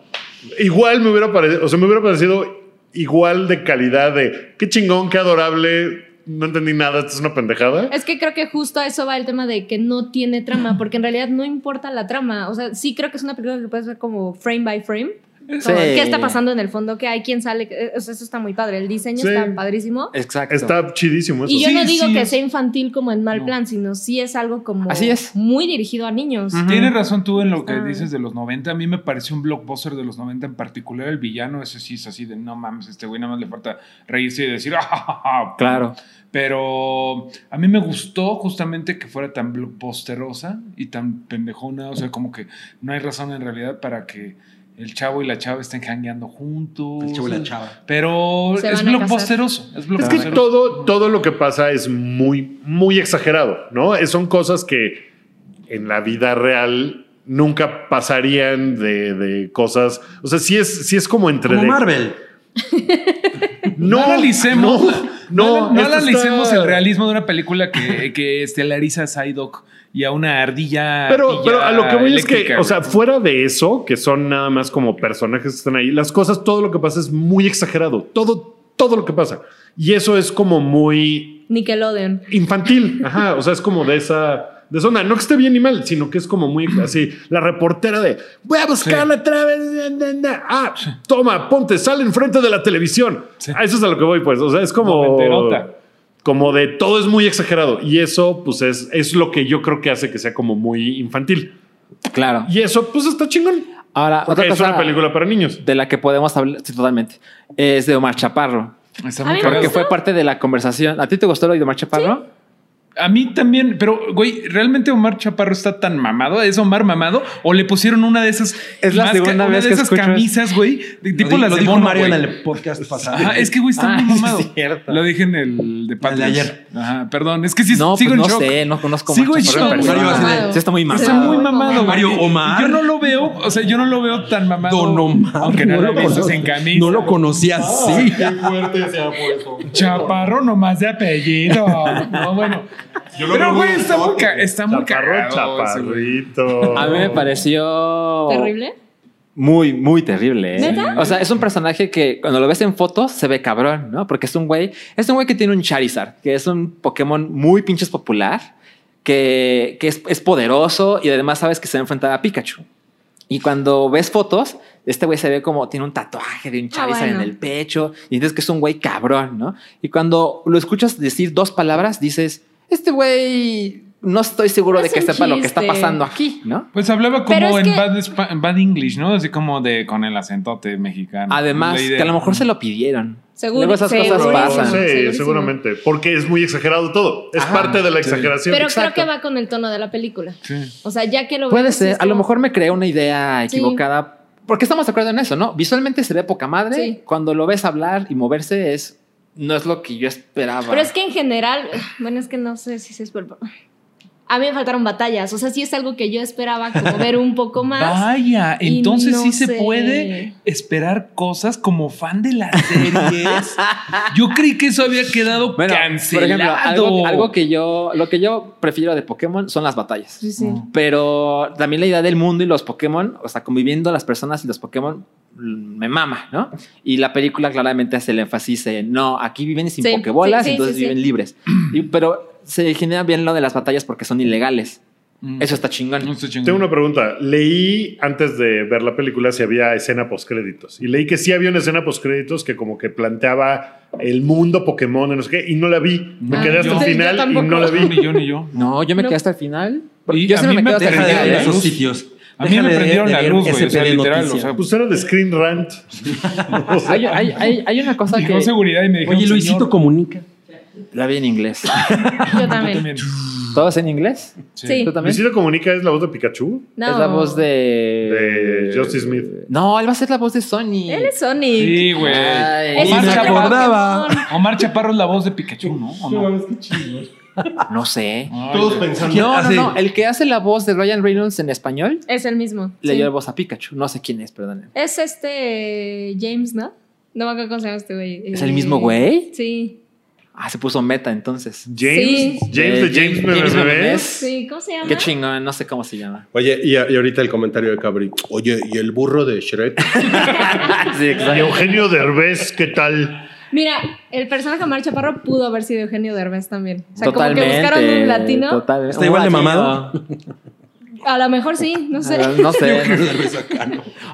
Igual me hubiera parecido, o sea, me hubiera parecido igual de calidad de qué chingón, qué adorable. No entendí nada, esto es una pendejada.
Es que creo que justo a eso va el tema de que no tiene trama, porque en realidad no importa la trama. O sea, sí creo que es una película que puedes ver como frame by frame. Como,
Sí.
¿Qué está pasando en el fondo? ¿Qué hay? ¿Quién sale? Eh, o sea, eso está muy padre. El diseño
Sí.
está padrísimo.
Exacto.
Está chidísimo eso.
Y yo
Sí,
no digo
sí.
que sea infantil como en mal
No.
plan, sino sí es algo como
Así es.
muy dirigido a niños.
Ujú.
Tienes razón tú en lo que
Está-
dices de los 90. A mí me pareció un blockbuster de los 90 en particular. El villano, ese sí es así de no mames, este güey nada más le falta reírse y decir, [LAUGHS] "Ah, ja, ja, ja".
Claro.
Pero a mí me gustó justamente que fuera tan blockbusterosa y tan pendejona. O sea, como que no hay razón en realidad para que el chavo y la chava estén jangueando juntos.
El chavo y la chava.
Pero
Se
es
van a casar.
blockbusteroso. Es,
Es que
blockbusteroso.
todo, todo lo que pasa es muy, muy exagerado, ¿no? Es- Son cosas que en la vida real nunca pasarían de, de cosas. O sea, sí es, sí es como entre.
Como
de-
Marvel.
No, analicemos,
No, no,
[LAUGHS] no
esto
analicemos
está-
el realismo de una película que, que estelariza a Psyduck y a una ardilla.
Pero,
ardilla
pero a lo que voy es que,
eléctrica,
o sea,
güey.
fuera de eso, que son nada más como personajes que están ahí, las cosas, todo lo que pasa es muy exagerado. Todo, todo lo que pasa. Y eso es como muy
Nickelodeon.
infantil. Ajá. O sea, es como de esa. De esa onda. no que esté bien ni mal, sino que es como muy así. La reportera de voy a buscarla otra vez. na, na, na". Ah, toma, ponte, sale enfrente de la televisión.
Sí.
A eso es a lo que voy, pues. O sea, es como.
Noventerota.
Como de todo es muy exagerado. Y eso, pues, es, es lo que yo creo que hace que sea como muy infantil.
Claro.
Y eso, pues, está chingón.
Ahora,
Porque
otra
es
cosa
una película para niños.
de la que podemos hablar sí, totalmente es de Omar Chaparro,
Está
A
muy
mí me
cagado.
porque fue parte de la conversación. ¿A ti te gustó lo de Omar Chaparro?
A mí también, pero güey, ¿realmente Omar Chaparro está tan mamado? ¿Es Omar mamado? ¿O le pusieron una de esas,
Es la
masca-
segunda
una
vez
de
que
esas
escucho
camisas, güey? de-
Lo
Tipo
di-
las
lo
de
dijo Ah,
mono,
Mario en
güey.
el podcast pasado.
Ajá, es que güey está
Ah,
muy mamado.
sí es cierto.
Lo dije en el de Patreon.
ayer.
Ajá, perdón, es que sí
No,
sigo
pues
en
no
shock.
sé, no conozco
Sigo en
mucho sobre
shock.
el
Mario
personaje.
Así
de-
Sí, está muy
Está
mamado.
muy mamado. güey.
Mario Omar.
Yo no lo veo, o sea, yo no lo veo tan mamado.
Don Omar,
Aunque no,
no
lo
lo
vistas
conozco.
en camisa.
No lo conocía así.
fuerte sea por eso.
Chaparro nomás
[LAUGHS]
de apellido. No, bueno.
Yo lo
Pero
veo
güey,
muy
está muy,
exótico.
ca- está muy
Chaparro,
cagado ese güey.
chaparrito.
A mí me pareció
Terrible.
muy, muy terrible. ¿eh?
¿Neta?
O sea, es un personaje que cuando lo ves en fotos se ve cabrón, ¿no? Porque es un güey, es un güey que tiene un Charizard, que es un Pokémon muy pinches popular, que, que es, es poderoso y además sabes que se va a enfrentar a Pikachu. Y cuando ves fotos, este güey se ve como tiene un tatuaje de un Charizard
Ah, bueno.
en el pecho y dices que es un güey cabrón, ¿no? Y cuando lo escuchas decir dos palabras, dices, este güey no estoy seguro
No
de
es
que
un
sepa lo que está
chiste.
pasando aquí, ¿no?
Pues hablaba
Pero
como
es
en,
que-
bad, Spa- en bad English, ¿no? Así como de con el acentote mexicano.
Además,
La idea.
que a lo mejor se lo pidieron.
Seguro-
Luego esas cosas
seguro.
pasan.
Sí,
Segurísimo.
seguramente. Porque es muy exagerado todo. Es
Ajá,
parte de la
sí.
exageración.
Pero
Exacto.
creo que va con el tono de la película.
Sí.
O sea, ya que lo
Puede
ves,
ser,
es
a lo
como-
mejor me creé una idea
Sí.
equivocada. Porque estamos de acuerdo en eso, ¿no? Visualmente se ve poca madre.
Sí.
Cuando lo ves hablar y moverse es no es lo que yo esperaba.
Pero es que en general, bueno, es que no sé si se espera. A mí me faltaron batallas. O sea, sí es algo que yo esperaba como ver
[LAUGHS]
un poco más.
Vaya,
y
entonces
no
sí
sé.
se puede esperar cosas como fan de las
[LAUGHS]
series. Yo creí que eso había quedado
Bueno,
cancelado.
por ejemplo, algo, algo que yo lo que yo prefiero de Pokémon son las batallas.
Sí, sí.
Pero también la idea del mundo y los Pokémon, o sea, conviviendo las personas y los Pokémon, mm, me mama, ¿no? Y la película claramente hace el énfasis en, no, aquí viven sin
Sí,
Pokébolas,
sí, sí,
entonces
sí, sí.
viven libres. Y- pero se genera bien lo de las batallas porque son ilegales.
Mm.
Eso está chingón.
No estoy chingando.
Tengo una pregunta. Leí antes de ver la película si había escena postcréditos. Y leí que sí había una escena postcréditos que como que planteaba el mundo Pokémon y no sé qué. Y no la vi. Me
Ah,
No,
quedé hasta
yo-
el
sí,
final
yo
y
tampoco.
no la vi.
Ni yo ni yo.
No, yo me
No.
quedé hasta el final.
Y
yo
a
siempre
mí
me quedo hasta
me
el
Deja de
final.
leer
¿eh?
esos sitios.
A mí
Deja
me
de-
prendieron
de
la
leer
luz, güey. O sea,
SPL
literal,
Noticias.
o sea,
Pues era de Screen
[LAUGHS]
Rant. O sea,
Hay, hay- hay- hay una cosa
llegó
que
seguridad y me dijeron,
Oye, Luisito
"Señor,
comunica.
la vi en inglés.
Yo
tú
también.
también".
[LAUGHS] ¿Todos en inglés?
Sí.
¿Tú también?
Luisito Comunica es la voz de Pikachu.
No.
Es la voz de...
De Justin Smith.
No, él va a ser la voz de Sony.
Él es Sonic.
Sí, güey.
Ay.
Es este
Omar
otro
Marca
Chaparro.
Bordaba.
Pokémon.
Omar Chaparro es la voz de Pikachu, ¿no? ¿O no?
No sé. [LAUGHS]
Ay,
Todos
güey.
pensando.
No,
Ah,
no,
sí.
no. El que hace la voz de Ryan Reynolds en español
Es el mismo.
le
sí.
dio la voz a Pikachu. No sé quién es, perdón.
Es este James, ¿no? No me acuerdo cómo se llama este güey.
¿Es
Eh,
el mismo güey?
Sí.
Ah, se puso meta entonces.
James.
Sí.
James de
Eh,
James, Bebés.
James Bebés.
Sí, ¿cómo se llama?
Qué chingón, no sé cómo se
[LAUGHS]
llama. [LAUGHS]
Oye, y, a- y ahorita el comentario de Cabri. Oye, ¿y el burro de Shrek?
sí,
Y
exacto.
Eugenio Derbez, ¿qué tal?
Mira, el personaje de Omar Chaparro pudo haber sido Eugenio Derbez también. O sea,
totalmente.
como que buscaron un latino.
totalmente.
¿Está igual de
Un latino.
mamado?
A lo mejor sí, no [LAUGHS] sé.
Ah, No sé. no sé.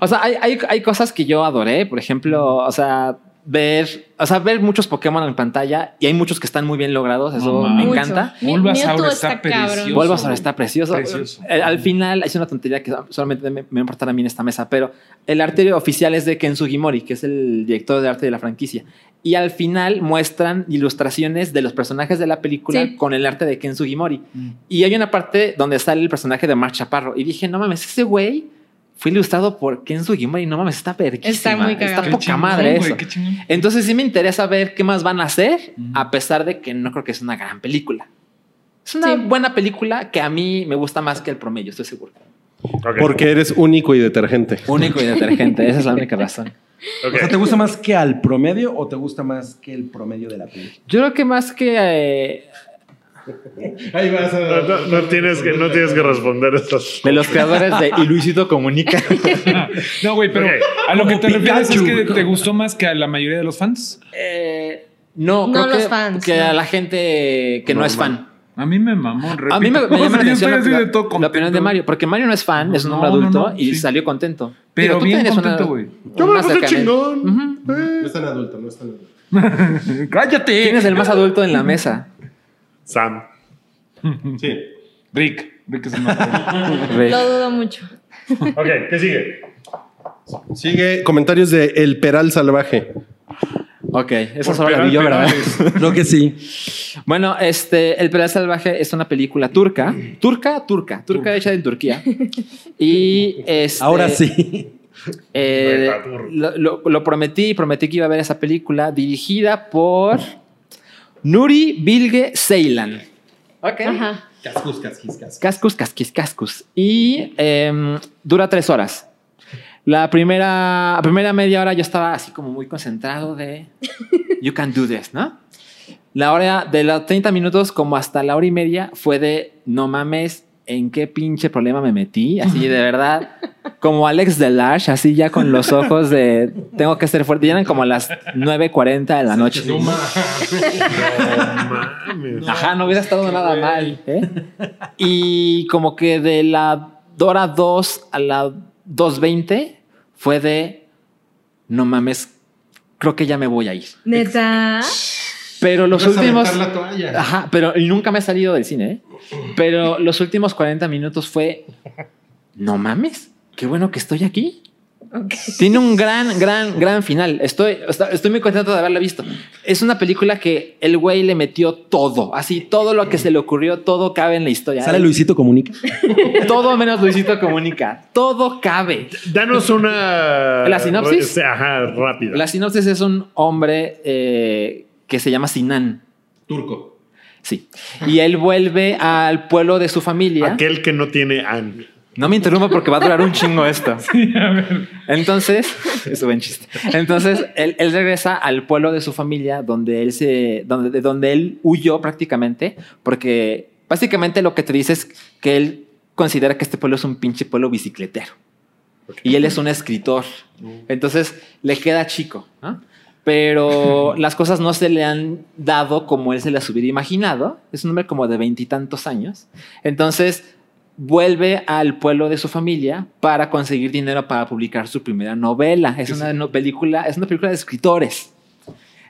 o sea, hay, hay, hay cosas que yo adoré. Por ejemplo, o sea, ver, o sea, ver muchos Pokémon en pantalla y hay muchos que están muy bien logrados. Eso
No
me
mames.
encanta.
Mi-
Bulbasaur
Mewtwo
está
cabrón.
precioso.
Bulbasaur está precioso.
Precioso.
Eh, al final es una tontería que solamente me, me importará a mí en esta mesa, pero el arte oficial es de Ken Sugimori, que es el director de arte de la franquicia. Y al final muestran ilustraciones de los personajes de la película
Sí.
con el arte de Ken Sugimori.
Mm.
Y hay una parte donde sale el personaje de Mark Chaparro. Y dije, no mames, ese güey fue ilustrado por Ken Sugimori. No mames, está verguísima.
Está muy cagado.
Está
Qué
poca
chingón,
madre
güey,
eso.
qué chingón.
Entonces sí me interesa ver qué más van a hacer,
Ujú.
a pesar de que no creo que es una gran película. Es una
Sí.
buena película que a mí me gusta más que el promedio, estoy seguro.
Ok,
Porque eres único y detergente.
Único y detergente, esa es la única razón.
ok.
O sea, ¿te gusta más que al promedio o te gusta más que el promedio de la película?
Yo creo que más que... eh,
Ahí vas
No, no- no tienes que, no tienes que responder esas.
de los creadores de Y Luisito Comunica.
No, güey, pero
Ok.
a lo que te
Como
refieres es que
Pikachu.
te gustó más que a la mayoría de los fans.
Eh, no,
No
creo
los
que,
fans,
que
no.
a la gente que no, es fan.
A mí me mamó, repito.
A mí me, me
O sea,
llama la
[LAUGHS] yo
atención
estoy así
la,
de todo
la opinión de
contento.
Mario, porque Mario no es fan, es un
No,
hombre adulto
no, no,
y
sí.
salió contento.
Pero
Digo, tú
bien
tienes una-
contento, güey.
[LAUGHS] Yo me
un
la pasé
acercamiento.
chingón.
Ujú.
Eh.
es tan adulto, no es tan adulto.
¡Cállate!
¿Quién es el más adulto en la mesa?
Sam. Mm.
Sí.
Rick. Rick es el [LAUGHS] más adulto.
Lo dudo mucho.
Ok, ¿qué sigue?
Sigue comentarios de El Peral Salvaje.
Ok, eso
Por
solo la
penal,
vi yo, ¿verdad?
penales.
Creo que sí.
[LAUGHS] Bueno, este, El Peral Salvaje es una película turca. Turca, turca. Turca hecha en Turquía. Y este,
Ahora sí.
eh,
Reta turca.
lo, lo- lo prometí, prometí que iba a ver esa película dirigida por Nuri Bilge Ceylan. Ok.
Ajá.
Cascus, casquis, cascus.
Cascus, casquis, cascus. Y em, dura tres horas. La primera, la primera media hora yo estaba así como muy concentrado de You can do this, ¿no? La hora de los 30 minutos como hasta la hora y media fue de no mames, en qué pinche problema me metí. Así de verdad, como Alex Delarge, así ya con los ojos de tengo que ser fuerte. Ya eran como las 9.40 de la noche.
[LAUGHS]
Mames.
Ajá, no hubiera estado nada mal. ¿eh?
[LAUGHS]
Y como que de la hora 2 a la 2.20 fue de, no mames, creo que ya me voy a ir.
Neta.
Pero los
Ibas a
últimos.
aventar la toalla.
Ajá, pero nunca me he salido del cine, ¿eh? Pero los últimos 40 minutos fue. No mames, qué bueno que estoy aquí.
Ok.
Tiene un gran, gran, gran final. Estoy, está- estoy muy contento de haberla visto. Es una película que el güey le metió todo, así, todo lo que se le ocurrió, todo cabe en la historia.
Sale Luisito Comunica.
Todo menos Luisito comunica. Todo cabe.
Danos una.
¿La sinopsis?
Este, Ajá, rápida.
La sinopsis es un hombre eh, que se llama Sinan.
Turco.
Sí. Y él vuelve al pueblo de su familia.
Aquel que no tiene Anne.
No me interrumpa porque va a durar un chingo esto. Entonces, es un buen chiste. Entonces, él, él regresa al pueblo de su familia donde él se, donde, de donde él huyó prácticamente, porque básicamente lo que te dice es que él considera que este pueblo es un pinche pueblo bicicletero. Y él es un escritor.
Mm.
Entonces, le queda chico, ¿no?
[LAUGHS]
Pero las cosas no se le han dado como él se las hubiera imaginado. Es un hombre como de veintitantos años. Entonces vuelve al pueblo de su familia para conseguir dinero para publicar su primera novela. Es una no- película, es una película de escritores.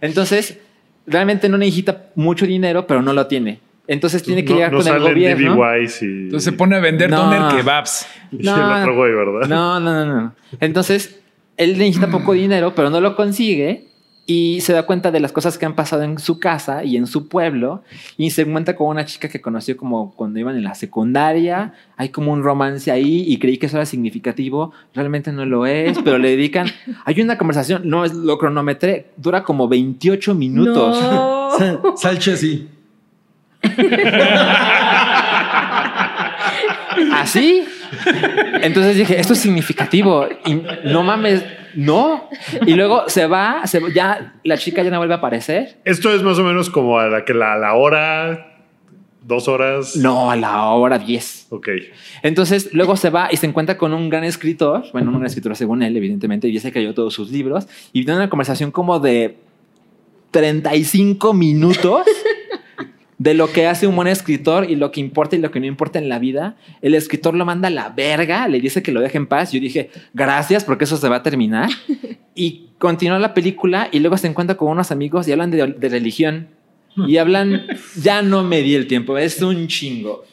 Entonces, realmente no necesita mucho dinero, pero no lo tiene. Entonces tiene que
no,
llegar
no
con el
sale
gobierno.
DB Wise y,
Entonces se pone a vender
No.
doner kebabs.
[LAUGHS] y
No,
el otro güey, ¿verdad?
No, no, no, no. Entonces, él necesita poco dinero, pero no lo consigue y se da cuenta de las cosas que han pasado en su casa y en su pueblo y se encuentra con una chica que conoció como cuando iban en la secundaria. Hay como un romance ahí y creí que eso era significativo. Realmente no lo es, pero le dedican... Hay una conversación, no, es- lo cronometré, dura como 28 minutos. [LAUGHS]
No.
Salche, sí.
¿Así? Entonces dije, esto es significativo. Y no mames, no. Y luego se va, se, va- ya la chica ya no vuelve a aparecer.
Esto es más o menos como a la que la, a la hora, dos horas.
No, a la hora 10.
Ok.
Entonces luego se va y se encuentra con un gran escritor, bueno, un gran escritor según él, evidentemente, y dice que leyó todos sus libros. Y tiene una conversación como de 35
[LAUGHS]
minutos. De lo que hace un buen escritor y lo que importa y lo que no importa en la vida, el escritor lo manda a la verga, le dice que lo deje en paz. Yo dije, gracias, porque eso se va a
[LAUGHS]
terminar. Y continúa la película y luego se encuentra con unos amigos y hablan de, de religión.
Hmm.
Y hablan, ya no me di el tiempo, es un chingo.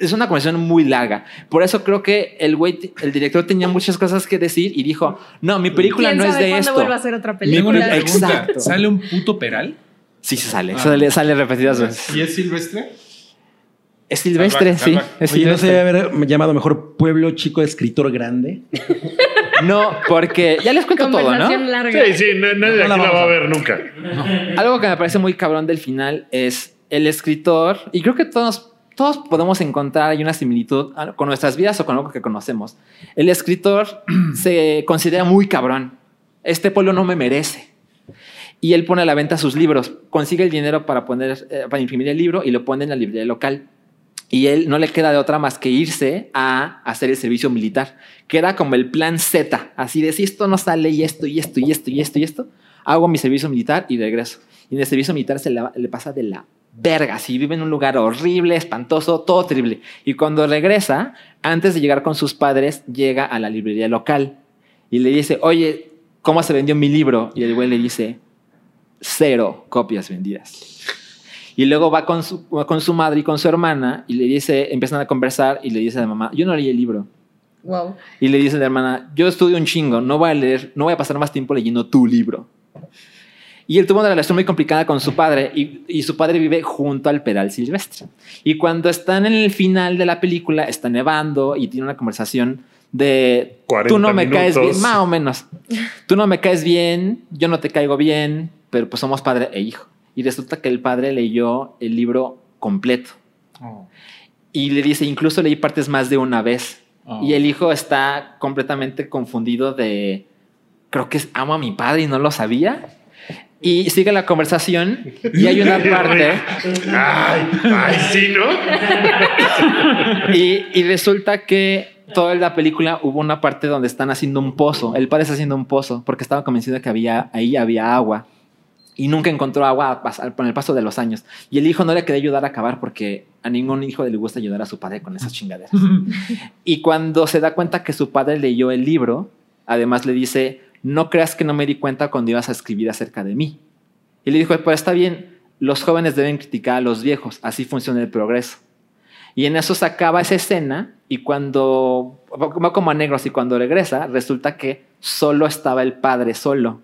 Es una conversación muy larga. Por eso creo que el güey, el director tenía muchas cosas que decir y dijo, no, mi película
¿Quién
no es
sabe
de
cuándo
esto.
vuelva a hacer otra
Tengo una
película?
pregunta.
Exacto.
¿Sale un puto peral?
Sí, se sale, sale, sale repetidas veces.
¿Y es silvestre?
Es silvestre,
Salvaje,
sí.
salvaje.
Es
Oye, ¿no se
silvestre.
debe haber llamado mejor Pueblo Chico Escritor Grande?
No, porque ya les cuento todo, ¿no?
Conversación larga.
Sí, sí, na- nadie de
No la
aquí la
vamos
va
a
a
ver.
ver nunca.
Algo que me parece muy cabrón del final es el escritor, y creo que todos, todos podemos encontrar ahí una similitud a- con nuestras vidas o con algo que conocemos. El escritor [CLEARS THROAT] se considera muy cabrón. Este pueblo no me merece. Y él pone a la venta sus libros, consigue el dinero para, poner, eh, para imprimir el libro y lo pone en la librería local. Y él no le queda de otra más que irse a hacer el servicio militar, que era como el plan Z, así de si esto no sale y esto y esto y esto y esto y esto, hago mi servicio militar y regreso. Y en el servicio militar se la- le pasa de la verga, si vive en un lugar horrible, espantoso, todo terrible. Y cuando regresa, antes de llegar con sus padres, llega a la librería local y le dice, oye, ¿cómo se vendió mi libro? Y el güey le dice, cero copias vendidas. Y luego va con su, va con su madre y con su hermana y le dice, empiezan a conversar y le dice a la mamá, yo no leí el libro.
Wow.
Y le dice a la hermana, yo estudio un chingo, no voy a leer, no voy a pasar más tiempo leyendo tu libro. Y él tuvo una relación muy complicada con su padre y, y su padre vive junto al Peral Silvestre. Y cuando están en el final de la película, está nevando y tiene una conversación de,
40
tú no me caes bien,
minutos.
más o menos. Tú no me caes bien, yo no te caigo bien, pero pues somos padre e hijo. Y resulta que el padre leyó el libro completo.
Oh,
Y le dice, incluso leí partes más de una vez.
Oh.
Y el hijo está completamente confundido de, creo que es- amo a mi padre y no lo sabía. Y sigue la conversación y hay una parte
Ay, ay, sí, ¿no?
y, y resulta que toda la película hubo una parte donde están haciendo un pozo. El padre está haciendo un pozo porque estaba convencido de que había, ahí había agua y nunca encontró agua a pasar- con el paso de los años. Y el hijo no le quería ayudar a cavar porque a ningún hijo le gusta ayudar a su padre con esas chingaderas. y cuando se da cuenta que su padre leyó el libro, además le dice, no creas que no me di cuenta cuando ibas a escribir acerca de mí. Y le dijo, pero está bien, Los jóvenes deben criticar a los viejos, así funciona el progreso. Y en eso se acaba esa escena y cuando va como a negros y cuando regresa resulta que solo estaba el padre solo.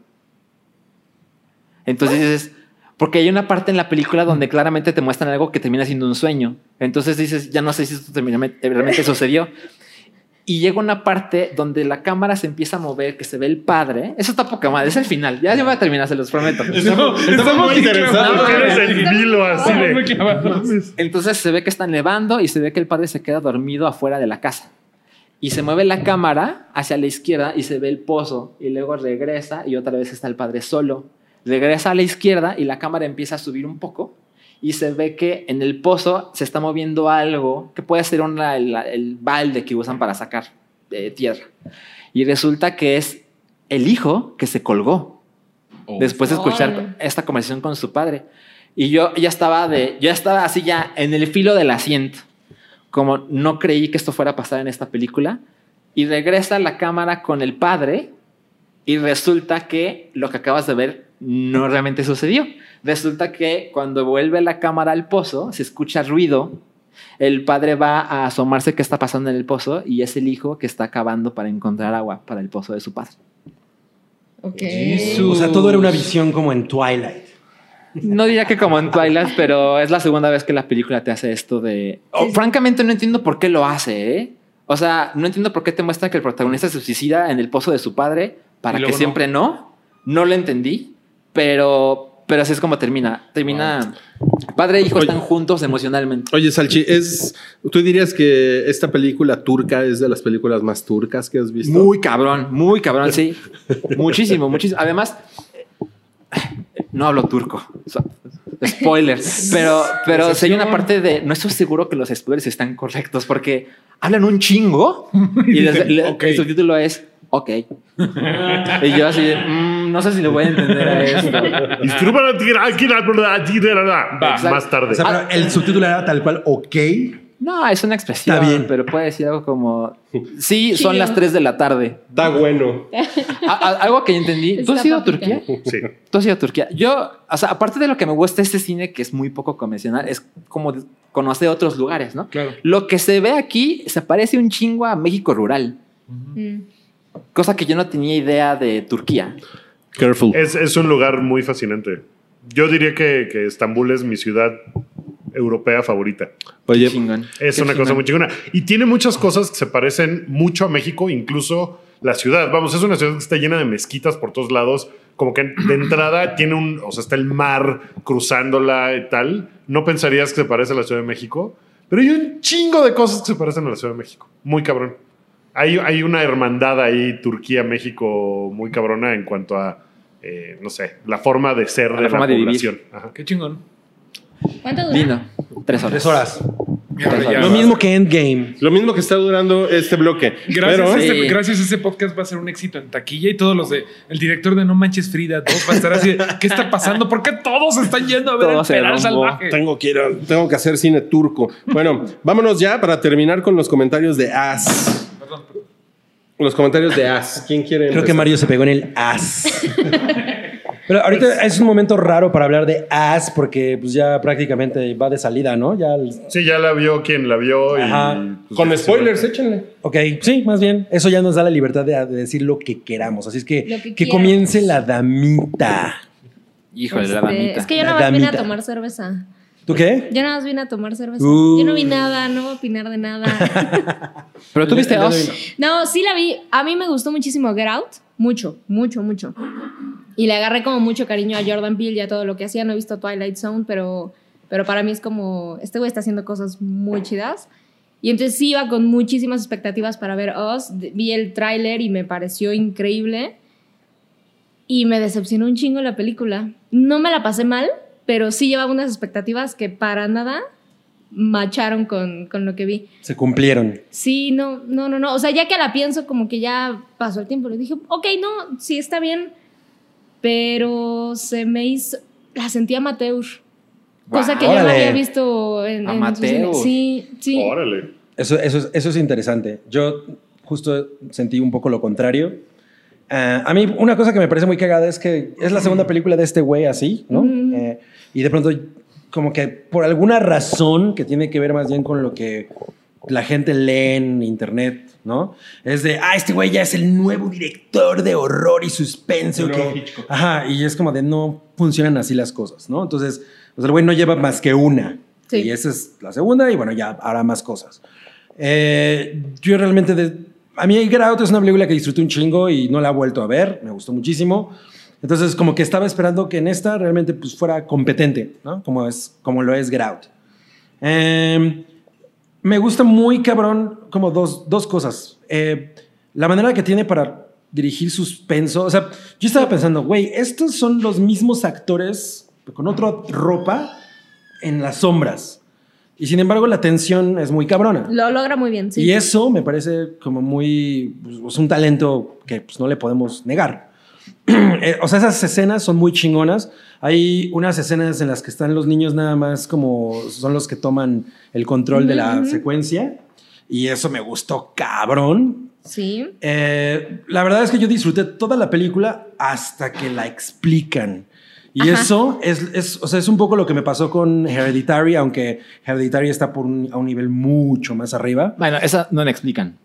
Entonces dices, porque hay una parte en la película donde claramente te muestran algo que termina siendo un sueño. Entonces dices, ya no sé si esto termina- realmente sucedió. Y llega una parte donde la cámara se empieza a mover, que se ve el padre. Eso está poca madre, es el final. Ya, ya voy a terminar, se los prometo.
Estamos muy
No,
interesados.
Porque eres
mames.
el vilo así
Estamos muy
de.
clavados.
Entonces se ve que está nevando y se ve que el padre se queda dormido afuera de la casa. Y se mueve la cámara hacia la izquierda y se ve el pozo. Y luego regresa y otra vez está el padre solo. Regresa a la izquierda y la cámara empieza a subir un poco. Y se ve que en el pozo se está moviendo algo que puede ser una- el, el balde que usan para sacar eh, tierra. Y resulta que es el hijo que se colgó
Oh.
después de escuchar
Órale.
esta conversación con su padre. Y yo ya estaba de, yo estaba así ya en el filo del asiento, como no creí que esto fuera a pasar en esta película. Y regresa la cámara con el padre y resulta que lo que acabas de ver no realmente sucedió. Resulta que cuando vuelve la cámara al pozo se escucha ruido. El padre va a asomarse qué está pasando en el pozo y es el hijo que está cavando para encontrar agua para el pozo de su padre.
Ok.
O sea, todo era una visión como en Twilight.
No diría que como en Twilight, pero es la segunda vez que la película te hace esto de... Oh, francamente no entiendo por qué lo hace, ¿eh? O sea, no entiendo por qué te muestra que el protagonista se suicida en el pozo de su padre para que
Y luego no.
siempre no. No lo entendí, pero, pero así es como termina. Termina... Padre e hijo
Oye.
están juntos emocionalmente.
Oye, Salchi, es, ¿tú dirías que esta película turca es de las películas más turcas que has visto?
Muy cabrón, muy cabrón, sí. muchísimo, muchísimo. Además, no hablo turco. So- Spoiler. Pero, pero si hay una parte de. No estoy seguro que los spoilers están correctos porque hablan un chingo y les-
Dicen,
le-
"Ok".
el subtítulo es OK. y yo así, de, "Mm, no sé si le voy a entender a esto.
Disturban a tirar aquí la verdad, aquí la verdad. Va,
Exacto.
Más tarde.
O sea, pero el subtítulo era tal cual, ok.
No, es una expresión,
Está bien.
pero puede decir algo como: Sí, son
Chido.
las 3 de la tarde.
Está bueno.
A- a- algo que yo entendí. ¿Tú has
Está
ido a
papita.
Turquía?
Sí.
Tú has ido a Turquía. Yo, o sea, aparte de lo que me gusta de este cine, que es muy poco convencional, es como de- conocer otros lugares, ¿no?
Claro.
Lo que se ve aquí se parece un chingo a México rural,
Mm.
cosa que yo no tenía idea de Turquía.
Careful.
Es, es un lugar muy fascinante. Yo diría que, que Estambul es mi ciudad europea favorita.
Oye,
Chingón.
Es
Qué
una cosa
chingón.
muy chingona. Y tiene muchas cosas que se parecen mucho a México, incluso la ciudad. Vamos, es una ciudad que está llena de mezquitas por todos lados. Como que
[CLEARS THROAT]
de entrada tiene un. O sea, está el mar cruzándola y tal. No pensarías que se parece a la Ciudad de México, pero hay un chingo de cosas que se parecen a la Ciudad de México. Muy cabrón. Hay, hay una hermandad ahí, Turquía-México, muy cabrona en cuanto a. eh, no sé, la forma de ser de la,
forma de vivir.
población. Ajá.
Qué chingón.
¿Cuánto dura?
Lindo. Tres horas.
Tres horas.
Tres horas.
Lo mismo que Endgame.
lo mismo que está durando este bloque.
Gracias,
Pero-
a este,
Sí.
gracias a este podcast va a ser un éxito en taquilla y todos los de. El director de No Manches Frida 2 va a estar así. de, ¿Qué está pasando? ¿Por qué todos están yendo a ver
Todo se
el pedal
derrumbó.
salvaje?
Tengo que ir a- tengo que hacer cine turco. Bueno, vámonos ya para terminar con los comentarios de As. Los comentarios de As. ¿Quién quiere?
Creo que
empezar?
Mario se pegó en el
[LAUGHS]
as. Pero ahorita es un momento raro para hablar de as porque pues ya prácticamente va de salida, ¿no? Ya el-
Sí, ya la vio quien la vio. y,
Ajá.
pues,
Con
ya se
spoilers,
ve.
échenle.
Ok, sí, más bien. Eso ya nos da la libertad de, de decir lo que queramos. Así es que
Lo que
que,
quieras.
comience la damita.
Híjole, la
Este,
damita.
Es que yo
La
nada más vine a
damita.
tomar cerveza.
¿Tú qué?
Yo nada más vine a tomar cerveza.
Uh.
Yo no vi nada, no voy a opinar
[LAUGHS]
de nada.
Pero tú
Le-
viste
le
dos.
doy-
no, sí la vi. A mí me gustó muchísimo Get Out. Mucho, mucho, mucho. Y le agarré como mucho cariño a Jordan Peele y a todo lo que hacía. No he visto Twilight Zone, pero, pero para mí es como... Este güey está haciendo cosas muy chidas. Y entonces sí iba con muchísimas expectativas para ver Oz. D- Vi el tráiler y me pareció increíble. Y me decepcionó un chingo la película. No me la pasé mal, pero sí llevaba unas expectativas que para nada macharon con, con lo que vi.
Se cumplieron.
Sí, no, no, no, no. O sea, ya que la pienso, como que ya pasó el tiempo. Le dije, ok, no, sí está bien. Pero se me hizo. La sentí amateur. cosa que yo no
Órale.
había visto en, en su
Amateur.
cine. Sí, sí.
Órale.
Eso, eso, es- eso es interesante. Yo justo sentí un poco lo contrario. Ah, a mí una cosa que me parece muy cagada es que es la segunda película de este güey así, ¿no?
Ujú.
Eh, Y de pronto, como que por alguna razón que tiene que ver más bien con lo que la gente lee en internet, ¿no? Es de, ah, este güey ya es el nuevo director de horror y suspenso. Que... Ajá, y es como de, no funcionan así las cosas, ¿no? Entonces, o sea, el güey no lleva más que una.
Sí.
Y esa es la segunda, y bueno, ya hará más cosas. Eh, yo realmente, de- a mí Grout es una película que disfruté un chingo y no la he vuelto a ver, me gustó muchísimo. Entonces, como que estaba esperando que en esta realmente pues, fuera competente, ¿no? Como, es, como lo es Grout. Eh, me gusta muy cabrón como dos, dos cosas. Eh, la manera que tiene para dirigir suspenso. O sea, yo estaba pensando, güey, estos son los mismos actores con otra ropa en las sombras. Y sin embargo, la tensión es muy cabrona.
Lo logra muy bien, sí.
Y eso me parece como muy. pues, Es un talento que pues, no le podemos negar. [CLEARS THROAT] Eh, o sea, esas escenas son muy chingonas. Hay unas escenas en las que están los niños nada más como son los que toman el control de la
Ujú.
secuencia. Y eso me gustó cabrón.
Sí.
Eh, la verdad es que yo disfruté toda la película hasta que la explican. Y
Ajá.
eso es, es- o sea, es un poco lo que me pasó con Hereditary, aunque Hereditary está por un- a un nivel mucho más arriba.
Bueno, esa no la explican.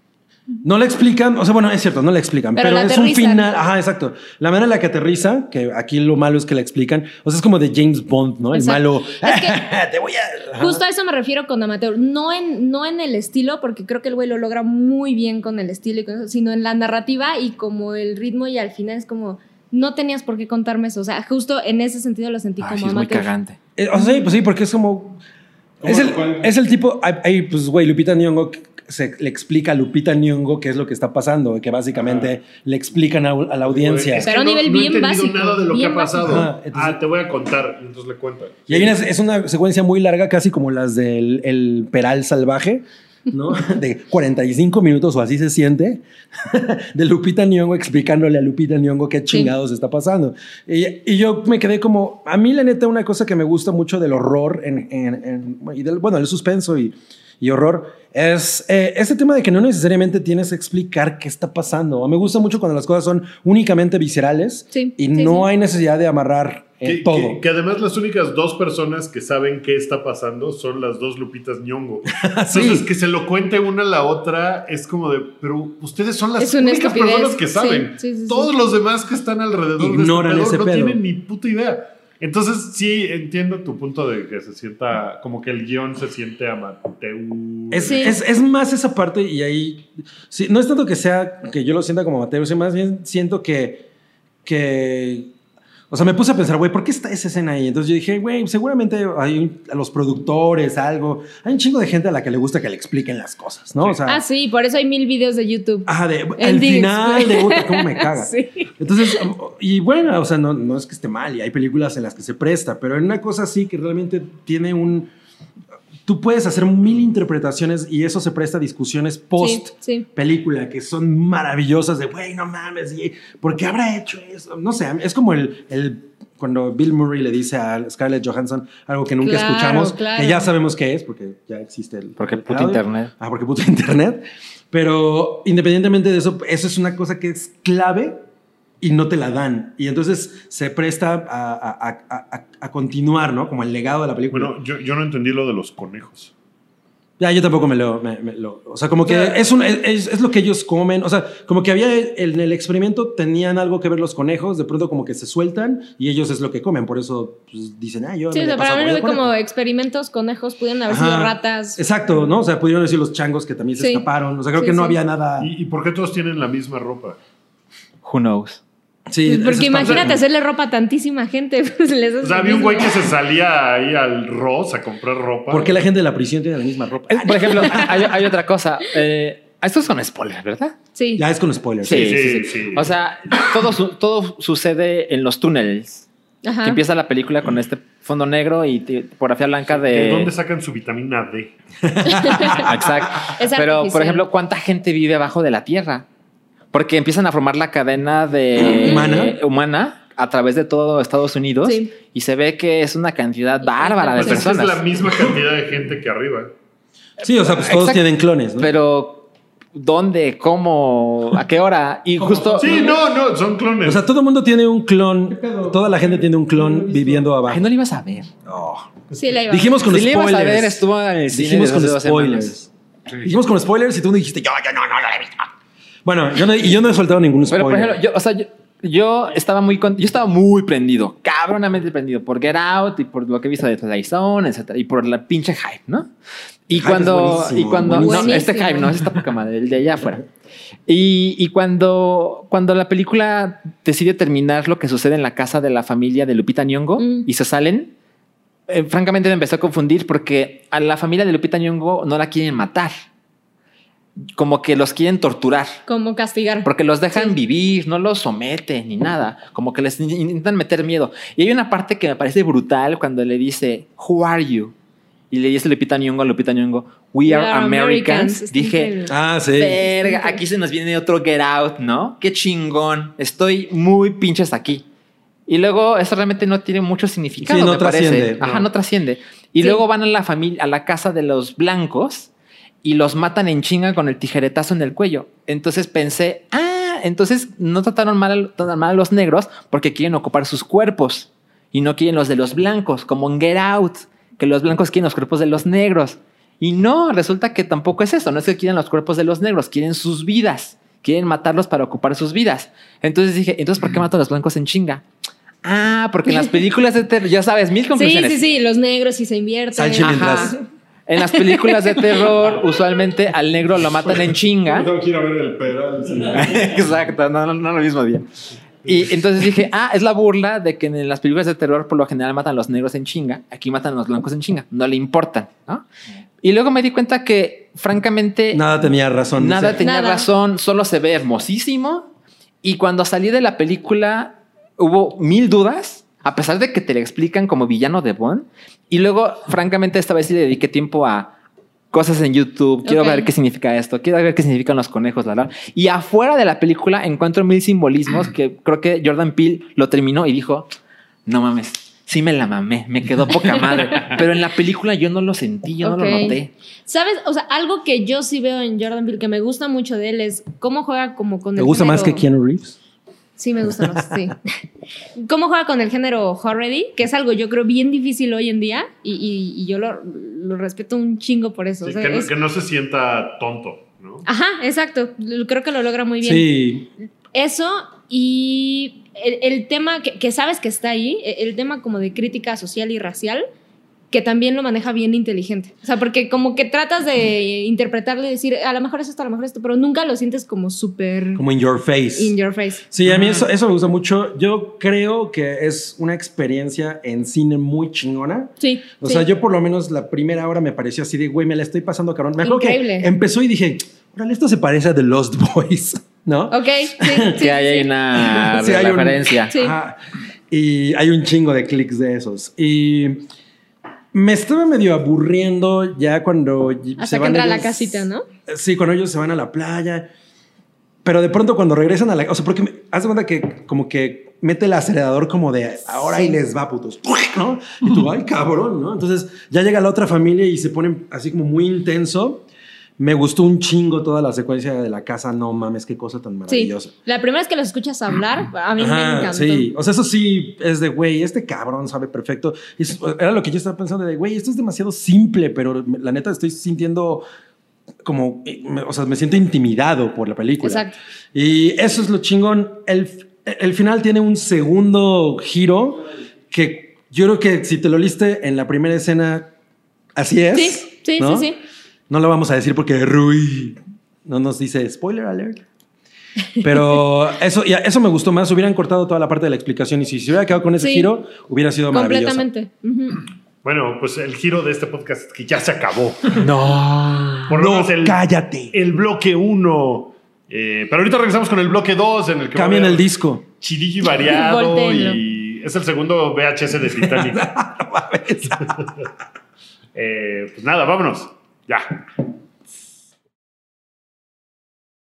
No la explican, o sea, bueno, es cierto, no la explican,
Pero
pero,
la
es un
aterrizan.
final. Ajá, exacto. La manera en la que aterriza, que aquí lo malo es que la explican, o sea, es como de James Bond, ¿no? El
Exacto.
malo. "Ah,
Es
[LAUGHS]
que-
te voy a. ajá.
Justo a eso me refiero con amateur. No en, no en el estilo, porque creo que el güey lo logra muy bien con el estilo, y con eso, sino en la narrativa y como el ritmo y al final es como, no tenías por qué contarme eso. O sea, justo en ese sentido lo sentí
Ay,
como
sí, es muy
amateur.
cagante.
Eh, o sea, sí, pues sí, porque es como. Es el, es el tipo. Ahí, ahí, pues, güey, Lupita Nyongo se, le explica a Lupita Nyongo qué es lo que está pasando, que básicamente le explican a, a la audiencia.
Es que
Pero a un nivel
no
bien
he entendido
básico,
nada de lo que
bien
ha pasado.
básico. Ah, entonces-
ah, te voy a contar. Y entonces le cuenta.
Y hay una, es una secuencia muy larga, casi como las del el Peral Salvaje,
[LAUGHS]
¿no? De 45 minutos o así se siente, [LAUGHS] de Lupita Nyong'o explicándole a Lupita Nyong'o qué chingados está pasando. Y, y yo me quedé como, a mí la neta una cosa que me gusta mucho del horror en, en- en- y del, bueno, el suspenso y, y horror es eh, este tema de que no necesariamente tienes que explicar qué está pasando. Me gusta mucho cuando las cosas son únicamente viscerales
Sí,
y
sí,
no
sí.
hay necesidad de amarrar eh,
Que,
todo.
que- que además las únicas dos personas que saben qué está pasando son las dos Lupitas
[LAUGHS]
Ñongo. Entonces, que se lo cuente una a la otra es como de, pero ustedes son las
Es una
únicas
estupidez.
personas que
Sí,
saben.
sí, sí, sí.
Todos los demás que están alrededor
Ignoran
de
ese
este pedo,
pedo.
no tienen ni puta idea. Entonces, sí entiendo tu punto de que se sienta, como que el guión se siente amateur.
Es,
Sí.
es- es más esa parte y ahí... sí, no es tanto que sea que yo lo sienta como Mateo, sino más bien siento que... que o sea, me puse a pensar, güey, ¿por qué está esa escena ahí? Entonces yo dije, güey, seguramente hay un- a los productores, algo. Hay un chingo de gente a la que le gusta que le expliquen las cosas, ¿no? O sea,
Ah, sí, por eso hay mil videos de YouTube.
ajá, de,
El
el
Diggs,
Ah, final de
güey.
puta, cómo me caga.
[LAUGHS] Sí.
Entonces, y bueno, o sea, no, no es que esté mal, y hay películas en las que se presta, pero en una cosa sí que realmente tiene un... Tú puedes hacer mil interpretaciones y eso se presta a discusiones post
Sí, sí.
película que son maravillosas de, güey, no mames, y, ¿por qué habrá hecho eso? No sé, es como el, el- cuando Bill Murray le dice a Scarlett Johansson algo que nunca
Claro,
escuchamos,
claro.
que ya sabemos qué es, porque ya existe el...
Porque
el
puto
audio.
internet.
Ah, porque puto [LAUGHS] internet. Pero independientemente de eso, eso es una cosa que es clave y no te la dan. Y entonces se presta a, a- a- a- a continuar, ¿no? Como el legado de la película.
Bueno, yo, yo no entendí lo de los conejos.
Ya, yo tampoco me lo, me- me lo- O sea, como que
O sea,
es, un, es, es lo que ellos comen. O sea, como que había. En el experimento tenían algo que ver los conejos. De pronto, como que se sueltan y ellos es lo que comen. Por eso pues, dicen, ah, yo.
Sí,
me
o
la
sea, para
paso
mí lo vi
comiendo
como
conejo".
experimentos, conejos, pudieron haber sido
Ajá.
ratas.
Exacto, ¿no? O sea, pudieron decir los changos que también se
Sí.
escaparon. O sea, creo
Sí,
que no
sí.
había nada.
¿Y, y por qué todos tienen la misma ropa?
Who knows?
Sí,
Pues
eso
porque
está-
imagínate hacerle ropa a tantísima gente. [LAUGHS] pues, les
O
haces
sea,
lo
había un
mismo.
güey que se salía ahí al Ross a comprar ropa.
¿Por qué la gente de la prisión tiene la misma ropa?
Es- por ejemplo, [LAUGHS] hay, hay otra cosa. Eh, estos son spoilers, ¿verdad?
Sí.
Ya es con spoilers.
Sí,
Sí,
sí, sí.
sí.
O sea, todo, su- todo sucede en los túneles.
Ajá.
Que empieza la película con este fondo negro y tipografía blanca de...
¿De dónde sacan su vitamina D?
[LAUGHS] Exacto.
[LAUGHS] Es
Pero,
artificial.
por ejemplo, ¿cuánta gente vive abajo de la Tierra? Porque empiezan a formar la cadena de
[GASPS] Humana.
eh, humana a través de todo Estados Unidos
Sí.
y se ve que es una cantidad bárbara de
O sea, que es
personas.
la misma cantidad de gente que arriba.
Sí, o sea, pues todos
Exacto.
tienen clones, ¿no?
Pero dónde, cómo, a qué hora. Y justo.
Sí, no, no, son clones.
O sea, todo el mundo tiene un clon. Toda la gente tiene un clon viviendo abajo.
Ay, no le ibas a ver.
Sí, la iba. a ver.
Dijimos con
si le ibas
spoilers.
a ver, estuvo en el cine.
Dijimos
desde
con
hace dos semanas.
spoilers. Dijimos con spoilers y tú dijiste, yo, yo no, no, no la he visto. Bueno, yo no, y yo no he soltado ningún
Pero,
spoiler.
por ejemplo, yo, o sea, yo, yo estaba muy con- yo estaba muy prendido, cabronamente prendido por Get Out y por lo que he visto de Twilight Zone, etcétera, y por la pinche hype, ¿no? Y
Hype es
cuando, y
buenísimo,
cuando,
buenísimo.
no, este hype, no, es esta poca madre, el de allá afuera. Y, y cuando, cuando la película decide terminar lo que sucede en la casa de la familia de Lupita Nyong'o
Mm.
y se salen, eh, francamente me empezó a confundir porque a la familia de Lupita Nyong'o no la quieren matar, como que los quieren torturar.
Como castigar.
Porque los dejan vivir, no los someten ni nada. Como que les in- intentan meter miedo. Y hay una parte que me parece brutal cuando le dice, Who are you? Y le dice Lupita Nyong'o, Lupita Nyong'o, We are, Americans.
Está
Dije,
increíble.
ah, sí.
verga, aquí se nos viene otro Get Out, ¿no? Qué chingón. Estoy muy pinches aquí. Y luego eso realmente no tiene mucho significado,
Sí, no
me parece.
trasciende,
Ajá,
no.
no trasciende. Y
Sí.
luego van a la familia, a la casa de los blancos y los matan en chinga con el tijeretazo en el cuello. Entonces pensé, ah, entonces no trataron mal, a- tan mal a los negros porque quieren ocupar sus cuerpos y no quieren los de los blancos, como en Get Out, que los blancos quieren los cuerpos de los negros. Y no, resulta que tampoco es eso, no es que quieran los cuerpos de los negros, quieren sus vidas, quieren matarlos para ocupar sus vidas. Entonces dije, entonces ¿por qué matan a los blancos en chinga? Ah, porque en las películas de terror, ya sabes, mil
Sí,
conclusiones.
sí, sí, los negros sí se invierten.
Sánchez
Ajá.
mientras-
En las películas de terror, usualmente al negro lo matan en
[LAUGHS]
chinga.
No quiero ver el pedal.
[LAUGHS] Exacto, no, no, no lo mismo día. Y entonces dije, ah, es la burla de que en las películas de terror por lo general matan a los negros en chinga, aquí matan a los blancos en chinga, no le importan, ¿no? Y luego me di cuenta que, francamente,
Nada tenía razón.
nada
Sí.
tenía
Nada.
razón, solo se ve hermosísimo. Y cuando salí de la película hubo mil dudas, a pesar de que te le explican como villano de Bond. Y luego, francamente, esta vez sí le dediqué tiempo a cosas en YouTube. Quiero
Ok.
ver qué significa esto, quiero ver qué significan los conejos, la, la. Y afuera de la película encuentro mil simbolismos que creo que Jordan Peele lo terminó y dijo, no mames. Sí me la mamé, me quedó
[LAUGHS]
poca madre. Pero en la película yo no lo sentí, yo no lo
Ok.
noté.
¿Sabes? O sea, algo que yo sí veo en Jordan Peele que me gusta mucho de él es cómo juega como con
¿Te
el
gusta más que
género-
Keanu Reeves?
Sí, me gusta más, sí. [LAUGHS] ¿Cómo juega con el género horror, que es algo yo creo bien difícil hoy en día y, y- y yo lo, lo respeto un chingo por eso.
Sí,
o sea,
que, no-
es-
que no se sienta tonto, ¿no?
Ajá, exacto. Lo- Creo que lo logra muy bien.
Sí.
Eso y el, el tema que, que sabes que está ahí, e- el tema como de crítica social y racial, que también lo maneja bien inteligente. O sea, porque como que tratas de interpretarlo y decir, a lo mejor es esto, a lo mejor es esto, pero nunca lo sientes como súper
Como in your face.
in your face.
Sí, a mí
Ah.
eso, eso me gusta mucho. Yo creo que es una experiencia en cine muy chingona.
Sí.
O
sí.
sea, yo por lo menos la primera hora me pareció así de, güey, me la estoy pasando cabrón. Me acuerdo
Increíble.
que empezó y dije, órale, esto se parece a The Lost Boys, [LAUGHS] ¿no?
Ok, sí. sí,
Que ahí hay [LAUGHS]
sí.
una
Sí, hay un-
Ah, referencia.
Sí.
Ajá. Y hay un chingo de clics de esos. Y me estaba medio aburriendo ya cuando
Hasta que entra a la
ellos-
casita, ¿no?
Sí, cuando ellos se van a la playa. Pero de pronto cuando regresan a la... O sea, porque me, haz de cuenta que como que mete el acelerador como de ahora y les va, putos. ¿no? Y tú, ay, cabrón, ¿no? Entonces ya llega la otra familia y se ponen así como muy intenso. Me gustó un chingo toda la secuencia de la casa. No mames, qué cosa tan
Sí.
maravillosa.
La primera vez que los escuchas hablar, a mí me
Ajá,
encantó.
Sí, o sea, eso sí es de, güey, este cabrón sabe perfecto. Es- era lo que yo estaba pensando de, güey, esto es demasiado simple, pero me- la neta estoy sintiendo como, eh, me- o sea, me siento intimidado por la película.
Exacto.
Y eso es lo chingón. El, f- el final tiene un segundo giro que yo creo que si te lo liste en la primera escena, así es.
Sí, sí,
¿no?
sí, sí.
No lo vamos a decir porque Rui no nos dice spoiler alert. Pero eso, y a- eso me gustó más. Hubieran cortado toda la parte de la explicación y si se hubiera quedado con ese
Sí.
giro, hubiera sido maravilloso.
Completamente. Ujú.
Bueno, pues el giro de este podcast es que ya se acabó.
No,
Por lo
no,
menos el-
cállate.
El bloque 1. pero ahorita regresamos con el bloque 2 en el que va a
Cambien
haber
el disco.
chidillo y variado
Voltéenlo.
y es el segundo VHS de [LAUGHS] Titanic. Eh, pues nada, vámonos. Ya.